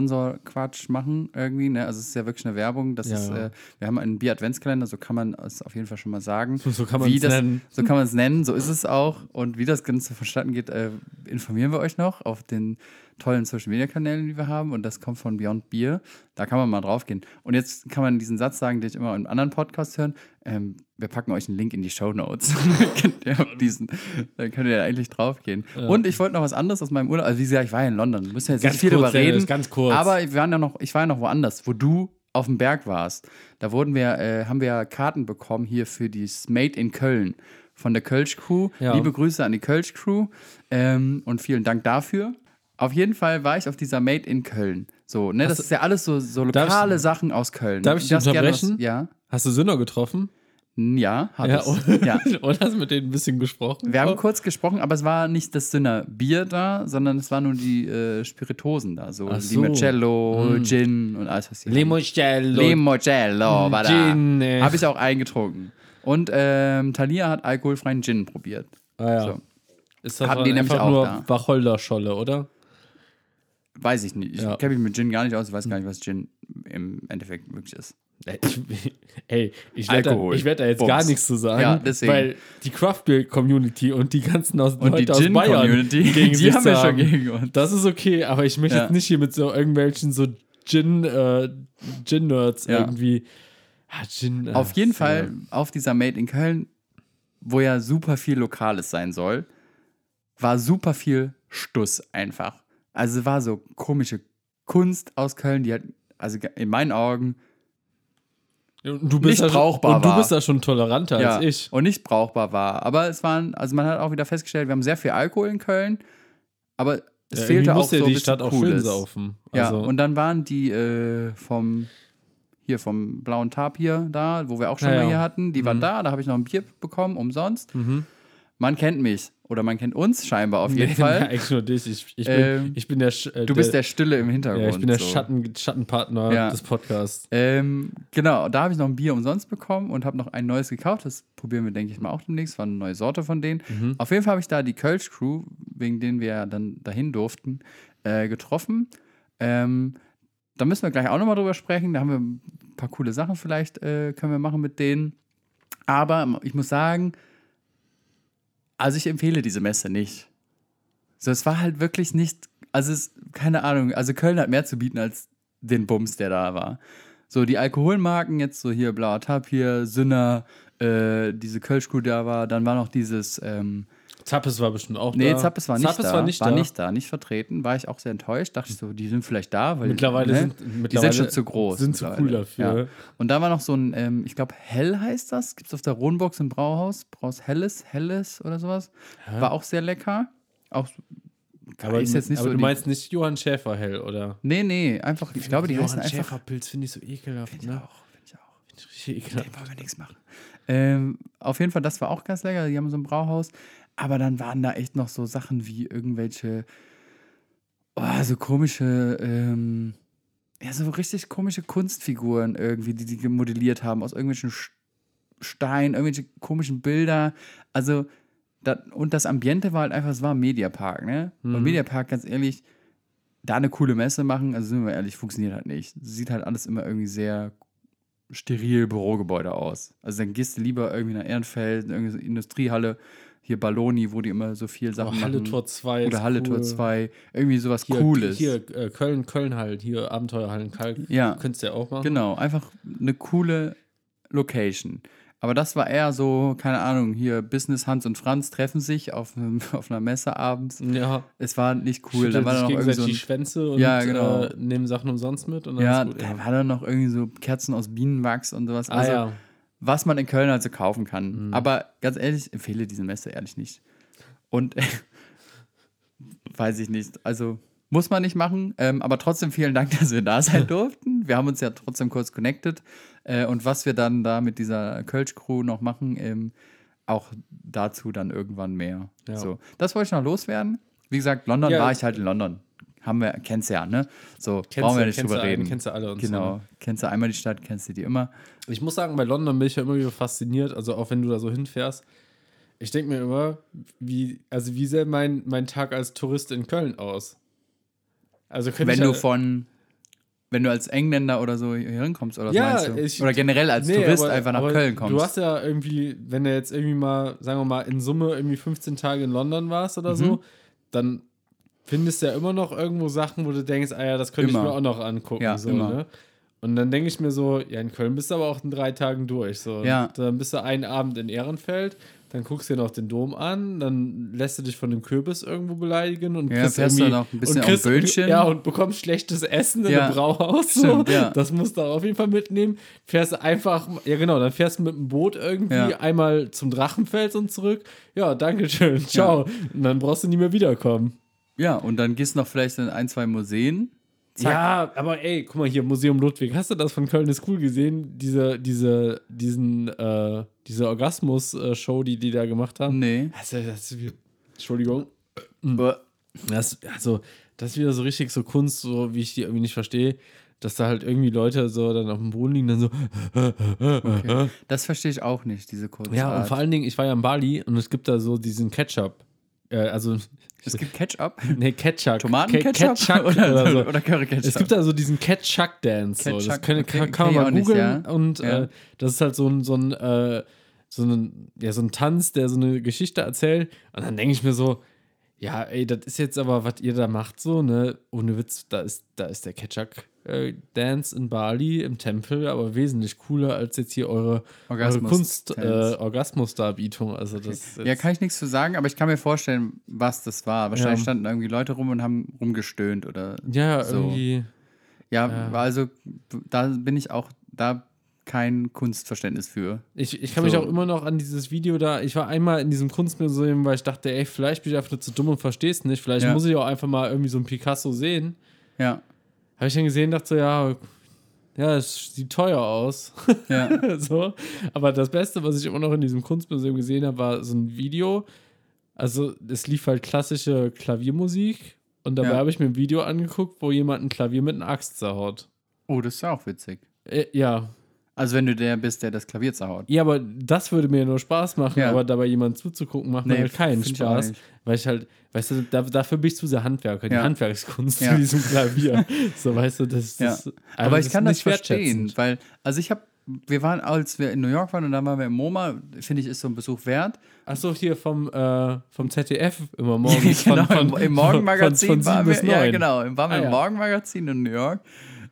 Werbesponsor-Quatsch machen irgendwie. Ne? Also es ist ja wirklich eine Werbung. Das
Ja,
ist,
ja.
äh, wir haben einen Bier-Adventskalender, so kann man es auf jeden Fall schon mal sagen.
So kann man
Wie
es
das-
nennen.
So kann man es nennen, so ist es auch. Und wie das Ganze verstanden geht, äh, informieren wir euch noch auf den tollen Social Media Kanälen, die wir haben. Und das kommt von Beyond Beer. Da kann man mal drauf gehen. Und jetzt kann man diesen Satz sagen, den ich immer in anderen Podcasts hören. Ähm, wir packen euch einen Link in die Show Notes. [LAUGHS] diesen, dann könnt ihr da eigentlich drauf gehen. Und ich wollte noch was anderes aus meinem Urlaub. Also, wie gesagt, ich war ja in London. Müssen wir jetzt
Ganz
nicht viel
kurz,
drüber reden.
Dennis, ganz kurz.
Aber wir waren ja noch, ich war ja noch woanders, wo du auf dem Berg warst. Da wurden wir, äh, haben wir ja Karten bekommen hier für die Made in Köln von der Kölsch Crew.
Ja.
Liebe Grüße an die Kölsch Crew ähm, und vielen Dank dafür. Auf jeden Fall war ich auf dieser Made in Köln. So, ne, das ist ja alles so, so
Darf ich-
lokale Sachen aus Köln.
Darf ich dich
das gerne was-
unterbrechen?
Ja,
Hast du Sünder getroffen?
N- ja, hab
Ja, Oh.
ich.
und, [LAUGHS]
Ja.
und hast mit denen ein bisschen gesprochen?
Wir haben kurz gesprochen, aber es war nicht das Sünner Bier da, sondern es waren nur die äh, Spiritosen da, so,
Ach so. Hm.
Limoncello, Gin und alles was
Oh.
hier.
Limoncello.
Limoncello war da.
Hm, Gin, ey.
Habe ich auch eingetrunken. Und ähm, Talia hat alkoholfreien Gin probiert.
ah, ja.
So.
Ist das
Hatten
dann
die nämlich
einfach
auch
nur
da.
Wacholderscholle, oder?
Weiß ich nicht. Ich
Ja.
kenne mich mit Gin gar nicht aus. Ich weiß gar nicht, was Gin im Endeffekt wirklich ist.
Äh, Ich, [LAUGHS] ey, ich werde da,
Alkohol.
ich werd da jetzt
Bums.
gar nichts zu sagen,
Ja, deswegen.
weil die Craft Beer Community und die ganzen aus,
Und die
Leute aus Bayern
Gin-Community, [LAUGHS]
gegen
die
sich
haben wir schon
sagen,
gegen uns.
Das ist okay, aber ich möchte
Ja.
jetzt nicht hier mit so irgendwelchen so Gin, äh, Gin-Nerds
Ja.
irgendwie. Ah, Gin,
Auf jeden
äh,
Fall auf dieser Made in Köln, wo ja super viel Lokales sein soll, war super viel Stuss einfach. Also war so komische Kunst aus Köln, die hat, also in meinen Augen,
Du bist
nicht
da schon,
brauchbar
Und du
war.
bist da schon toleranter
ja,
als ich.
und nicht brauchbar war. Aber es waren, also man hat auch wieder festgestellt, wir haben sehr viel Alkohol in Köln, aber es
Ja, irgendwie
fehlte auch
muss ja
so ein
die
bisschen
Stadt auch schön
Cooles.
saufen.
Ja,
Also,
und dann waren die äh, vom hier vom blauen Tapir da, wo wir auch schon
Ja, Mhm.
mal
ja.
hier hatten, die waren da, da habe ich noch ein Bier bekommen, umsonst.
mhm.
Man kennt mich oder man kennt uns scheinbar
[LAUGHS]
auf jeden
Ja,
Fall.
eigentlich nur dich. Ich, ich,
Ähm,
bin, ich bin der. Sch- äh,
Du bist der Stille im Hintergrund.
Ja, ich bin der
so.
Schatten, Schattenpartner
Ja.
des Podcasts.
Ähm, genau, da habe ich noch ein Bier umsonst bekommen und habe noch ein neues gekauft. Das probieren wir, denke ich mal, auch demnächst. War eine neue Sorte von denen. Auf jeden Fall habe ich da die Kölsch Crew, wegen denen wir ja dann dahin durften, äh, getroffen. Ähm, da müssen wir gleich auch nochmal drüber sprechen. Da haben wir ein paar coole Sachen vielleicht, äh, können wir machen mit denen. Aber ich muss sagen, also ich empfehle diese Messe nicht. So, es war halt wirklich nicht, also es, keine Ahnung, also Köln hat mehr zu bieten als den Bums, der da war. So, die Alkoholmarken, jetzt so hier Blauer Tapir, Sünner, äh, diese Kölschkuh da war, dann war noch dieses, ähm,
Zappes war bestimmt auch
nee,
da.
Zappes war nicht
Zappes
da.
war nicht
war
da.
nicht da, nicht vertreten, war ich auch sehr enttäuscht, dachte ich so, die sind vielleicht da, weil
Mittlerweile
ne?
sind-
die
mittlerweile
sind schon zu groß.
sind zu cool
mittlerweile,
dafür.
Ja. Und da war noch so ein, ähm, ich glaube, Hell heißt das, gibt's auf der Rohnbox im Brauhaus, Braus Helles, Helles oder sowas, war auch sehr lecker, auch
Aber,
ist jetzt nicht
aber
so
du
die-
meinst nicht Johann Schäfer hell, oder?
Nee, nee, einfach, ich glaube, die heißen einfach.
Schäferpilz finde ich so ekelhaft,
Find ich
ne?
auch, find ich auch.
Finde ich richtig ekelhaft.
Dem wollen wir nichts machen. Ähm, auf jeden Fall, das war auch ganz lecker. Die haben so ein Brauhaus. Aber dann waren da echt noch so Sachen wie irgendwelche, oh, so komische, ähm, ja, so richtig komische Kunstfiguren irgendwie, die die modelliert haben aus irgendwelchen Sch- Steinen, irgendwelche komischen Bilder. Also, da, und das Ambiente war halt einfach, es war ein Mediapark, ne? Und Mediapark, ganz ehrlich, da eine coole Messe machen, also sind wir ehrlich, funktioniert halt nicht. Sieht halt alles immer irgendwie sehr steril Bürogebäude aus. Also dann gehst du lieber irgendwie nach Ehrenfeld, in irgendeine Industriehalle, hier Balloni, wo die immer so viel Sachen
Oh,
machen.
Halle Tor 2.
Oder Halle Tor 2, irgendwie sowas
Hier,
Cooles.
Hier, äh, Köln, Köln halt, hier Abenteuerhallen Kalk.
Ja.
Könntest du ja auch machen.
Genau, einfach eine coole Location. Aber das war eher so, keine Ahnung, hier Business Hans und Franz treffen sich auf, einem, [LAUGHS] auf einer Messe abends.
Ja.
Es war nicht cool. Da
Schüttelt
war
sich
dann noch irgendwie
gegenseitig
so
die
ein,
Schwänze und
Ja, genau.
äh, nehmen Sachen umsonst mit und dann
ja,
ist gut.
da war dann noch irgendwie so Kerzen aus Bienenwachs und sowas. Also,
ah, ja.
was man in Köln also kaufen
Mhm.
kann. Aber ganz ehrlich, empfehle diese Messe ehrlich nicht. Und [LAUGHS] weiß ich nicht. Also muss man nicht machen. Ähm, aber trotzdem vielen Dank, [LAUGHS] dass wir da
[LAUGHS]
sein durften. Wir haben uns ja trotzdem kurz connected. Äh, und was wir dann da mit dieser Kölsch-Crew noch machen, ähm, auch dazu dann irgendwann mehr.
Ja.
So, das wollte ich noch loswerden. Wie gesagt, London
Ja.
war ich halt in London. Haben wir, kennst ja, ne? So, brauchen wir
du-
nicht
kennst
drüber
du alle-
reden.
kennst du alle und so,
Genau. Kennst du einmal die Stadt, kennst du die immer.
Ich muss sagen, bei London bin ich ja immer wieder fasziniert, also auch wenn du da so hinfährst. Ich denke mir immer, wie, also wie sähe mein, mein Tag als Tourist in Köln aus? Also könnte
wenn
ich
du
ja-
von, wenn du als Engländer oder so hier hinkommst oder was
Ja,
meinst du?
ich-
oder generell als
Nee,
Tourist
aber-
einfach nach
aber
Köln kommst.
Du hast ja irgendwie, wenn du jetzt irgendwie mal, sagen wir mal, in Summe irgendwie 15 Tage in London warst
Mhm.
oder so, dann findest du ja immer noch irgendwo Sachen, wo du denkst, ah ja, das könnte
Immer.
ich mir auch noch angucken.
Ja,
so,
immer.
Ne? Und dann denke ich mir so, ja, in Köln bist du aber auch in drei Tagen durch. So.
Ja.
Dann bist du einen Abend in Ehrenfeld, dann guckst du dir noch den Dom an, dann lässt du dich von dem Kürbis irgendwo beleidigen und
Ja,
kriegst
fährst du
irgendwie-
noch ein bisschen
und
auf
kriegst-
ein Bötchen.
Ja, und bekommst schlechtes Essen in
Ja.
einem Brauhaus. So.
Stimmt, ja.
Das musst du auch auf jeden Fall mitnehmen. Fährst du einfach, ja genau, dann fährst du mit dem Boot irgendwie
Ja.
einmal zum Drachenfels und zurück. Ja, danke schön, ciao. Und dann brauchst du nie mehr wiederkommen.
ja, und dann gehst du noch vielleicht in ein, zwei Museen. Zack.
Ja, aber ey, guck mal hier, Museum Ludwig. Hast du das von Köln ist cool gesehen? Diese, diese, diesen, äh, diese Orgasmus-Show, die die da gemacht haben?
Nee.
Also, das ist wie, Entschuldigung.
Aber
Das, also, das ist wieder so richtig so Kunst, so wie ich die irgendwie nicht verstehe, dass da halt irgendwie Leute so dann auf dem Boden liegen, dann so. [LAUGHS] äh,
Das verstehe ich auch nicht, diese Kurzart.
Ja, und vor allen Dingen, ich war ja in Bali und es gibt da so diesen Ketchup. Äh, also,
es gibt Ketchup, [LAUGHS]
nee, Ketchup.
Tomatenketchup
Ke-
[LAUGHS]
Ketchup
oder,
oder,
oder,
so.
Curryketchup.
Es gibt da so diesen Ketchup-Dance. So.
Ketchup,
Das kann,
okay,
kann, kann
kenn ich
man
auch
mal
nicht,
googeln.
ja.
Und
Ja.
Äh, das ist halt so ein, so ein, äh, so ein, ja, so ein Tanz, der so eine Geschichte erzählt. Und dann denke ich mir so, ja, ey, das ist jetzt aber, was ihr da macht, so, ne? Ohne Witz, da ist, da ist der Ketchup-Dance in Bali im Tempel, aber wesentlich cooler als jetzt hier eure, eure
Orgasmus-
Kunst,
Dance.
äh, Orgasmus-Darbietung. Also das
ja,
ist-
kann ich nichts zu sagen, aber ich kann mir vorstellen, was das war. Wahrscheinlich
Ja.
standen irgendwie Leute rum und haben rumgestöhnt oder
ja,
so.
irgendwie.
Ja, war also da bin ich auch da kein Kunstverständnis für.
Ich, ich kann
So.
mich auch immer noch an dieses Video da. Ich war einmal in diesem Kunstmuseum, weil ich dachte, ey, vielleicht bin ich einfach nur zu dumm und versteh's nicht. Vielleicht
Ja.
muss ich auch einfach mal irgendwie so ein Picasso sehen.
Ja,
Habe ich dann gesehen, dachte so, ja, ja, es sieht teuer aus. [LAUGHS]
ja.
so. Aber das Beste, was ich immer noch in diesem Kunstmuseum gesehen habe, war so ein Video. Also, es lief halt klassische Klaviermusik. Und dabei
Ja.
habe ich mir ein Video angeguckt, wo jemand ein Klavier mit einer Axt zerhaut.
Oh, das ist ja auch witzig.
Äh, ja,
Also wenn du der bist, der das Klavier zerhaut.
Ja, aber das würde mir nur Spaß machen,
Ja.
aber dabei jemanden zuzugucken, macht mir
Nee,
halt keinen
find ich auch
Spaß.
nicht.
Weil ich halt, weißt du, da, dafür bin ich zu sehr Handwerker, die
Ja.
Handwerkskunst [LAUGHS]
Ja.
zu diesem Klavier. so, weißt du, das,
Ja.
das
Aber
Also das
ich
ist
kann das
nicht
verstehen,
wertschätzend.
weil, also ich habe, wir waren, als wir in New York waren und dann waren wir im MoMA, finde ich, ist so ein Besuch wert.
Ach so, hier vom, äh, vom ZDF immer morgens.
[LAUGHS] genau,
[LAUGHS] von,
im,
von,
im
von,
Morgenmagazin
von sieben
waren wir,
bis
ja
neun.
genau, im- waren wir
Ah,
im
ja.
Morgenmagazin in New York.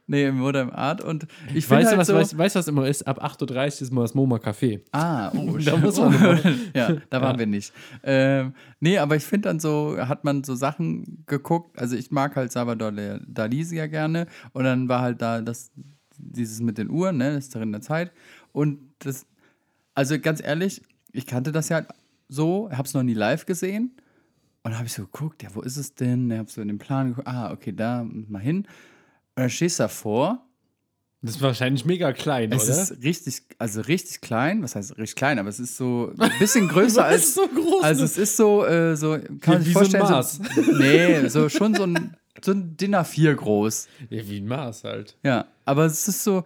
Nee, im Modern Art und ich finde
Weißt du,
halt
was,
so,
weißt, weißt, du, was immer ist? Ab 8.30 Uhr ist immer das MoMA-Café.
Ah,
[LAUGHS]
oh,
Da muss
schön.
man
[LAUGHS] ja, da waren wir nicht. Ähm, nee, aber ich finde dann so, hat man so Sachen geguckt. Also ich mag halt Salvador Le- Dali sehr gerne. Und dann war halt da das, dieses mit den Uhren, ne, das darin der Zeit. Und das, also ganz ehrlich, ich kannte das ja so, hab's noch nie live gesehen. Und dann habe ich so geguckt, ja, wo ist es denn? Ich habe so in den Plan geguckt, ah, okay, da mal hin. Und dann stehst du davor
Das ist wahrscheinlich mega klein,
es
oder? [LAUGHS]
ist richtig, also richtig klein, was heißt richtig klein, aber es ist so ein
[LAUGHS]
bisschen größer als.
so groß.
Also es ist so, äh, so kann man sich
Wie- wie so ein
vorstellen.
Maß.
[LAUGHS] nee, so schon so ein, so ein DIN A4 groß.
ja, wie ein Maß halt.
Ja. Aber es ist so,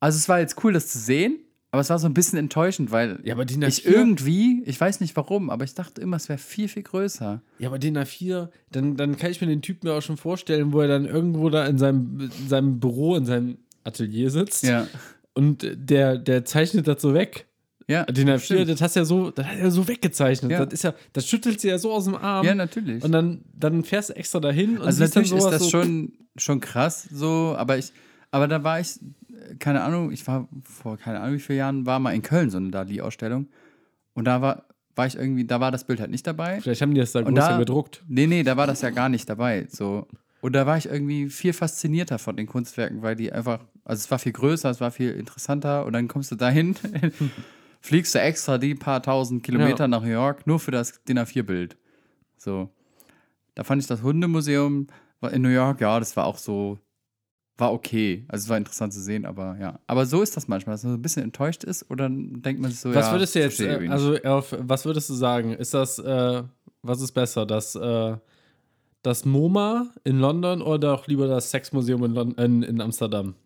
also es war jetzt cool, das zu sehen, Aber es war so ein bisschen enttäuschend, weil
Ja, aber die
ich
Natur.
irgendwie, ich weiß nicht warum, aber ich dachte immer, es wäre viel, viel größer.
Ja, aber den A4, dann, dann kann ich mir den Typen ja auch schon vorstellen, wo er dann irgendwo da in seinem, in seinem Büro, in seinem Atelier sitzt [LAUGHS]
Ja.
und der, der zeichnet das so weg.
Ja,
Den A4,
stimmt.
das hast du ja so, das hat er so weggezeichnet.
Ja.
Das ist ja, das schüttelst du ja so aus dem Arm.
ja natürlich.
und dann, dann fährst du extra dahin und
also
siehst dann
natürlich ist
sowas
das
so,
schon, schon krass so, aber ich, aber da war ich, äh, keine Ahnung, ich war vor keine Ahnung wie vielen Jahren, war mal in Köln so eine Dali-Ausstellung und da war, war ich irgendwie, da war das Bild halt nicht dabei.
Vielleicht haben die das da
Und
größer
da-
gedruckt.
Nee, nee, da war das ja gar nicht dabei. So. Und da war ich irgendwie viel faszinierter von den Kunstwerken, weil die einfach, also es war viel größer, es war viel interessanter und dann kommst du dahin, [LAUGHS] fliegst du extra die paar tausend Kilometer
Ja.
nach New York, nur für das DIN A4-Bild. So. Da fand ich das Hundemuseum in New York, ja, das war auch so, war okay. Also es war interessant zu sehen, aber ja. Aber so ist das manchmal, dass man so ein bisschen enttäuscht ist oder dann denkt man sich so,
was
ja,
würdest du
das
jetzt,
verstehe ich
äh,
irgendwie
also auf, was würdest du sagen? Ist das, äh, was ist besser? Das, äh, das MoMA in London oder auch lieber das Sexmuseum in, Lon in, in Amsterdam?
nicht.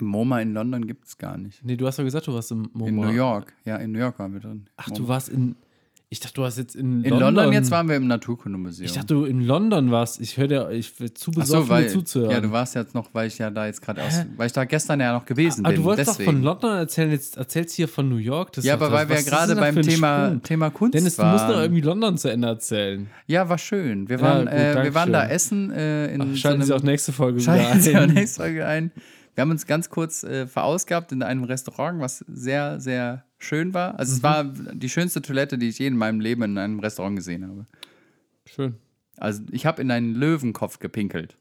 Im MoMA in London gibt es gar nicht.
Nee, du hast ja gesagt, du warst im MoMA.
In New York, ja, in New York waren wir drin.
Ach, du warst in, ich dachte, du warst jetzt in,
in London. jetzt waren wir im Naturkundemuseum.
Ich dachte, du in London warst. Ich höre dir, ich bin zu
Ach so,
besoffen,
weil
dir zuzuhören.
ja, du warst jetzt noch, weil ich ja da jetzt gerade aus, weil ich da gestern ja noch gewesen
Aber
bin.
Ah, du wolltest
deswegen.
doch von London erzählen, jetzt erzählst hier von New York. Das ist
Ja,
doch
aber
das-
weil wir
was
ja
ist
gerade
denn da für
beim
ein
Thema,
Sprung?
Thema Kunst
Dennis, du
waren.
musst noch irgendwie London zu Ende erzählen.
ja, war schön. Wir
Ja,
waren,
gut,
äh, wir waren da
Dankeschön.
essen äh, in so
Schalten
einem,
Sie auch nächste Folge wieder
Schalten Sie [LAUGHS] auch
ein.
nächste Folge ein. Wir haben uns ganz kurz äh, verausgabt in einem Restaurant, was sehr, sehr schön war.
Mhm.
Also es war die schönste Toilette, die ich je in meinem Leben in einem Restaurant gesehen habe.
Schön.
Also ich habe in einen Löwenkopf gepinkelt.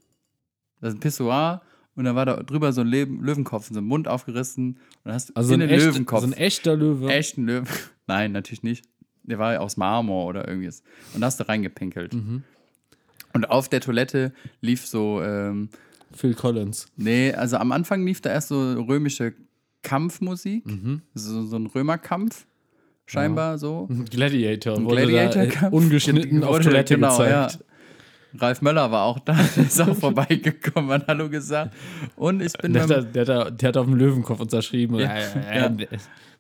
Das ist ein Pissoir und da war da drüber so ein Leben, Löwenkopf, so ein Mund aufgerissen und dann hast du
Also
in
ein,
den
echt,
Löwenkopf.
so ein echter Löwe.
echten Löwen. [LAUGHS] Nein, natürlich nicht. Der war ja aus Marmor oder irgendwas. Und da hast du reingepinkelt.
Mhm.
Und auf der Toilette lief so, ähm,
Phil Collins.
nee, also am Anfang lief da erst so römische Kampfmusik,
Mhm.
so, so ein Römerkampf, scheinbar so.
Ein Gladiator.
Ein
wurde Da äh,
Gladiator-Kampf.
ungeschnitten auf
Wurde-
Toilette
genau,
gezeigt.
Ja. Ralf Möller war auch da, [LAUGHS] der ist auch vorbeigekommen, hat Hallo gesagt. Und ich bin.
Der, hat,
beim-
da- der, hat, da- der hat auf dem Löwenkopf unterschrieben.
Ähm, Ja.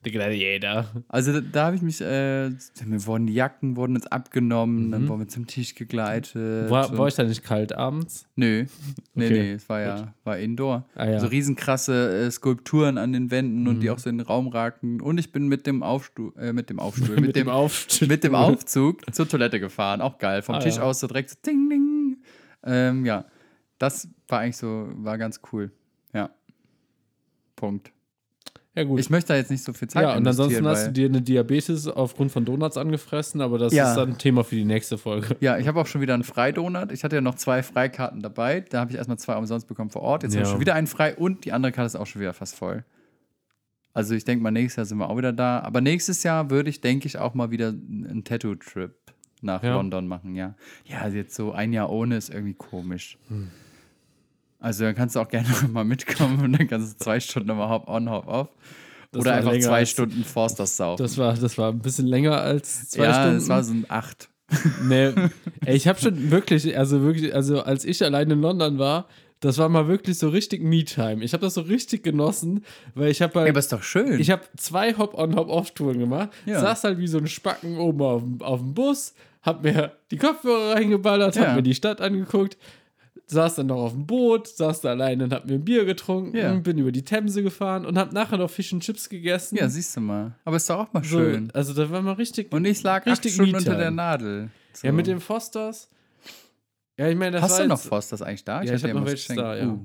The Gladiator.
Also da, da habe ich mich, äh, mir wurden die Jacken wurden uns abgenommen, dann wurden wir zum Tisch gegleitet.
Mhm. War,
und-
war ich da nicht kalt abends?
Nö. Nee,
Okay,
nee, es war ja war indoor.
Ah, ja. Mhm.
So riesenkrasse äh, Skulpturen an den Wänden und die auch so in den Raum ragten. Und ich bin mit dem Aufstuhl, äh, mit dem
[LAUGHS]
Aufstuhl, mit, dem,
Aufstieg. [LAUGHS]
mit dem Aufzug zur Toilette gefahren. Auch geil. Vom
Ah,
Tisch
ja.
aus so direkt so ding, ding. Ähm, ja, das war eigentlich so, war ganz cool. Ja. Punkt.
Ja, gut.
Ich möchte da jetzt nicht so viel Zeit
ja, und ansonsten
investieren,
hast du
weil-
dir eine Diabetes aufgrund von Donuts angefressen, aber das
Ja.
ist dann ein Thema für die nächste Folge.
Ja, ich habe auch schon wieder einen Freidonut. Ich hatte ja noch zwei Freikarten dabei. Da habe ich erstmal zwei umsonst bekommen vor Ort. Jetzt habe ich
Ja.
schon wieder einen frei und die andere Karte ist auch schon wieder fast voll. Also ich denke mal, nächstes Jahr sind wir auch wieder da. Aber nächstes Jahr würde ich, denke ich, auch mal wieder einen Tattoo-Trip nach
Ja.
London machen, ja. Ja, also jetzt so ein Jahr ohne ist irgendwie komisch.
Hm.
Also dann kannst du auch gerne [LAUGHS] mal mitkommen und dann kannst du zwei Stunden immer hop on, hop off.
Das
Oder
war
einfach
länger
zwei
als-
Stunden Forsters saufen.
Das war, das war ein bisschen länger als zwei
ja,
Stunden.
das war so ein Acht.
Nee, ey, ich habe schon wirklich, also wirklich, also als ich allein in London war, das war mal wirklich so richtig Me-Time. Ich habe das so richtig genossen, weil ich habe
Ja, aber
halt,
ist doch schön.
ich habe zwei Hop-on, Hop-off-Touren gemacht,
Ja.
saß halt wie so ein Spacken oben auf, dem- auf dem Bus, hab mir die Kopfhörer reingeballert, hab
Ja.
mir die Stadt angeguckt, saß dann noch auf dem Boot, saß da alleine und hab mir ein Bier getrunken,
Ja.
bin über die Themse gefahren und hab nachher noch Fish and Chips gegessen.
ja, siehst du mal. Aber ist doch auch mal
so,
schön.
Also da war mal richtig.
Und ich lag acht
Richtig
Stunden
Me-Time.
unter der Nadel. So.
Ja, mit den Fosters. Ja, ich meine, das
Hast
war
du noch
jetzt-
Fosters eigentlich da?
Ja, ich
hatte
hab
dir
noch
was
welches
geschenkt.
da, ja.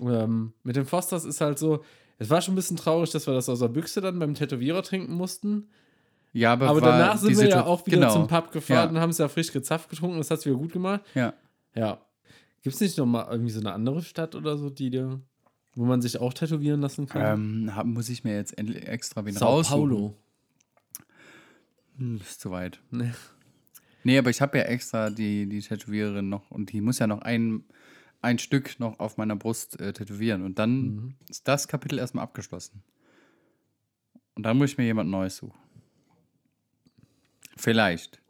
Uh.
ähm, mit den Fosters ist halt so, es war schon ein bisschen traurig, dass wir das aus der Büchse dann beim Tätowierer trinken mussten.
Ja, aber,
Aber
war
danach sind
die
wir ja
Situ-
auch wieder
genau.
zum Pub gefahren
Ja.
und haben es ja frisch gezapft getrunken. Das hat es wieder gut gemacht.
Ja.
Ja. Gibt es nicht nochmal irgendwie so eine andere Stadt oder so, die dir, wo man sich auch tätowieren lassen kann?
Ähm, hab, muss ich mir jetzt endlich extra wen raus. Hm, ist zu weit.
Nee.
Nee, aber ich habe ja extra die, die Tätowiererin noch und die muss ja noch ein, ein Stück noch auf meiner Brust äh, tätowieren. Und dann
Mhm.
ist das Kapitel erstmal abgeschlossen. Und dann muss ich mir jemand Neues suchen. Vielleicht.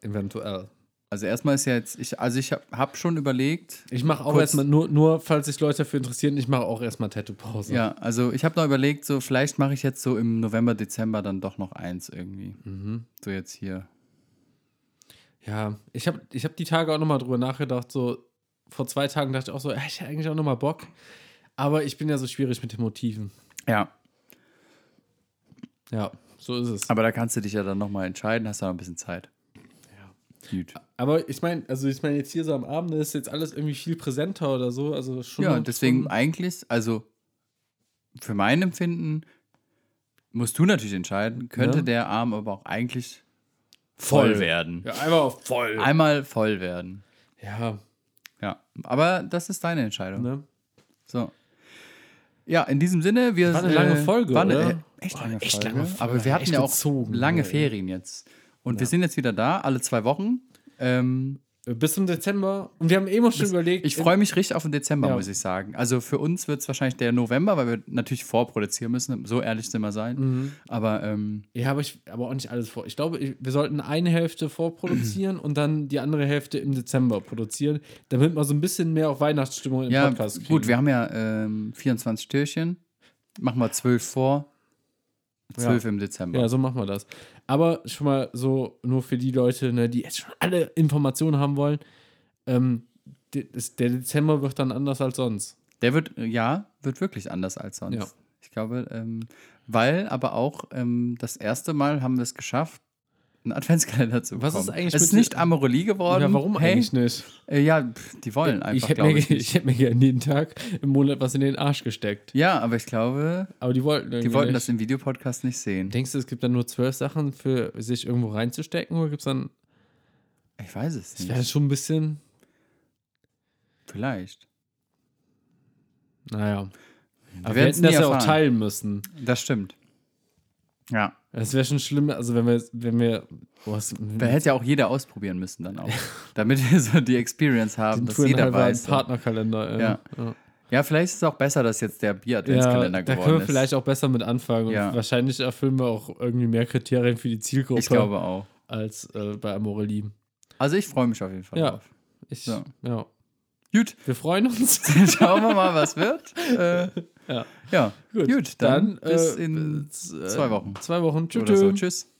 Eventuell.
Also erstmal ist ja jetzt, ich, also ich habe hab schon überlegt,
Ich mache auch
Kurz-
erstmal, nur, nur falls sich Leute dafür interessieren, ich mache auch erstmal Tattoo-Pause.
ja, also ich habe noch überlegt, so vielleicht mache ich jetzt so im November, Dezember dann doch noch eins irgendwie. So jetzt hier.
Mhm. Ja, ich habe ich hab die Tage auch nochmal drüber nachgedacht. So vor zwei Tagen dachte ich auch so, ja, ich hätte eigentlich auch nochmal Bock. Aber ich bin ja so schwierig mit den Motiven.
Ja,
Ja, so ist es.
aber da kannst du dich ja dann nochmal entscheiden, hast ja noch ein bisschen Zeit. Ja. Gut.
Aber ich meine, also ich meine, jetzt hier so am Abend ist jetzt alles irgendwie viel präsenter oder so. Also schon.
Ja, deswegen
Schon,
eigentlich, also für mein Empfinden musst du natürlich entscheiden, könnte
Ja.
der Arm aber auch eigentlich voll,
Voll.
werden.
ja, einfach auf voll.
Einmal voll werden.
Ja,
Ja, aber das ist deine Entscheidung.
ne?
So. Ja, in diesem Sinne, wir
War eine lange Folge,
War eine
oder?
äh, echt, lange
echt
Folge.
lange Folge,
Aber wir hatten
echt
ja auch
gezogen,
lange
ey.
Ferien jetzt. Und wir sind jetzt wieder da, alle zwei Wochen. Ähm,
Bis zum Dezember. Und wir haben eben schon überlegt.
ich freue mich richtig auf den Dezember,
Ja.
muss ich sagen. Also für uns wird es wahrscheinlich der November, weil wir natürlich vorproduzieren müssen, so ehrlich sind wir
Mhm.
sein. Aber ähm,
Ja, aber, ich, aber auch nicht alles vor. Ich glaube, ich- wir sollten eine Hälfte vorproduzieren und dann die andere Hälfte im Dezember produzieren, damit wir so ein bisschen mehr auf Weihnachtsstimmung im
ja,
Podcast kriegen.
gut, wir haben ja ähm, 24 Türchen. Machen wir 12 vor, 12 im Dezember.
ja, so machen wir das. Aber schon mal so nur für die Leute, ne, die jetzt schon alle Informationen haben wollen. Ähm, de- ist- der Dezember wird dann anders als sonst.
Der wird, äh, ja, wird wirklich anders als sonst.
Ja.
Ich glaube, ähm, weil aber auch ähm, das erste Mal haben wir es geschafft, einen Adventskalender zu
Was
bekommen.
ist eigentlich
Es
mit
ist nicht Amorelie geworden.
ja, warum
hey,
eigentlich nicht?
Äh, ja, pf, die wollen
ich
einfach,
hätte mir,
glaube ich.
ge- ich hätte mir gerne jeden Tag im Monat was in den Arsch gesteckt.
Ja, aber ich glaube,
Aber die wollten
die
irgendwie
wollten
nicht.
das im Videopodcast nicht sehen.
Denkst du, es gibt dann nur zwölf Sachen für sich irgendwo reinzustecken oder gibt es dann
Ich weiß es
Das
nicht.
wäre schon ein bisschen.
Vielleicht.
Naja. Aber wir
werden's
hätten das
nie
ja auch
erfahren.
teilen müssen.
Das stimmt. Ja.
Das wäre schon schlimm, also wenn wir, wenn wir was,
Da hätte ja auch jeder ausprobieren müssen
[LAUGHS]
dann auch. damit wir so die Experience haben, dass jeder weiß.
Partnerkalender.
Ja. Ja, vielleicht ist es auch besser, dass jetzt der
Ja,
Bier-Adventskalender
da
geworden
können wir
ist.
vielleicht auch besser mit anfangen. Und
Ja.
wahrscheinlich erfüllen wir auch irgendwie mehr Kriterien für die Zielgruppe
ich glaube auch.
als äh, bei Amorelli.
Also ich freue mich auf jeden Fall
Ja.
drauf.
Ich,
Ja.
ja.
Gut, [LAUGHS]
Wir freuen uns.
schauen wir mal, was wird. Äh,
Ja.
ja, gut, dann, bis
äh,
in
bis, äh,
zwei Wochen.
Zwei Wochen. Tschüss.
äh, oder so. Tschüss.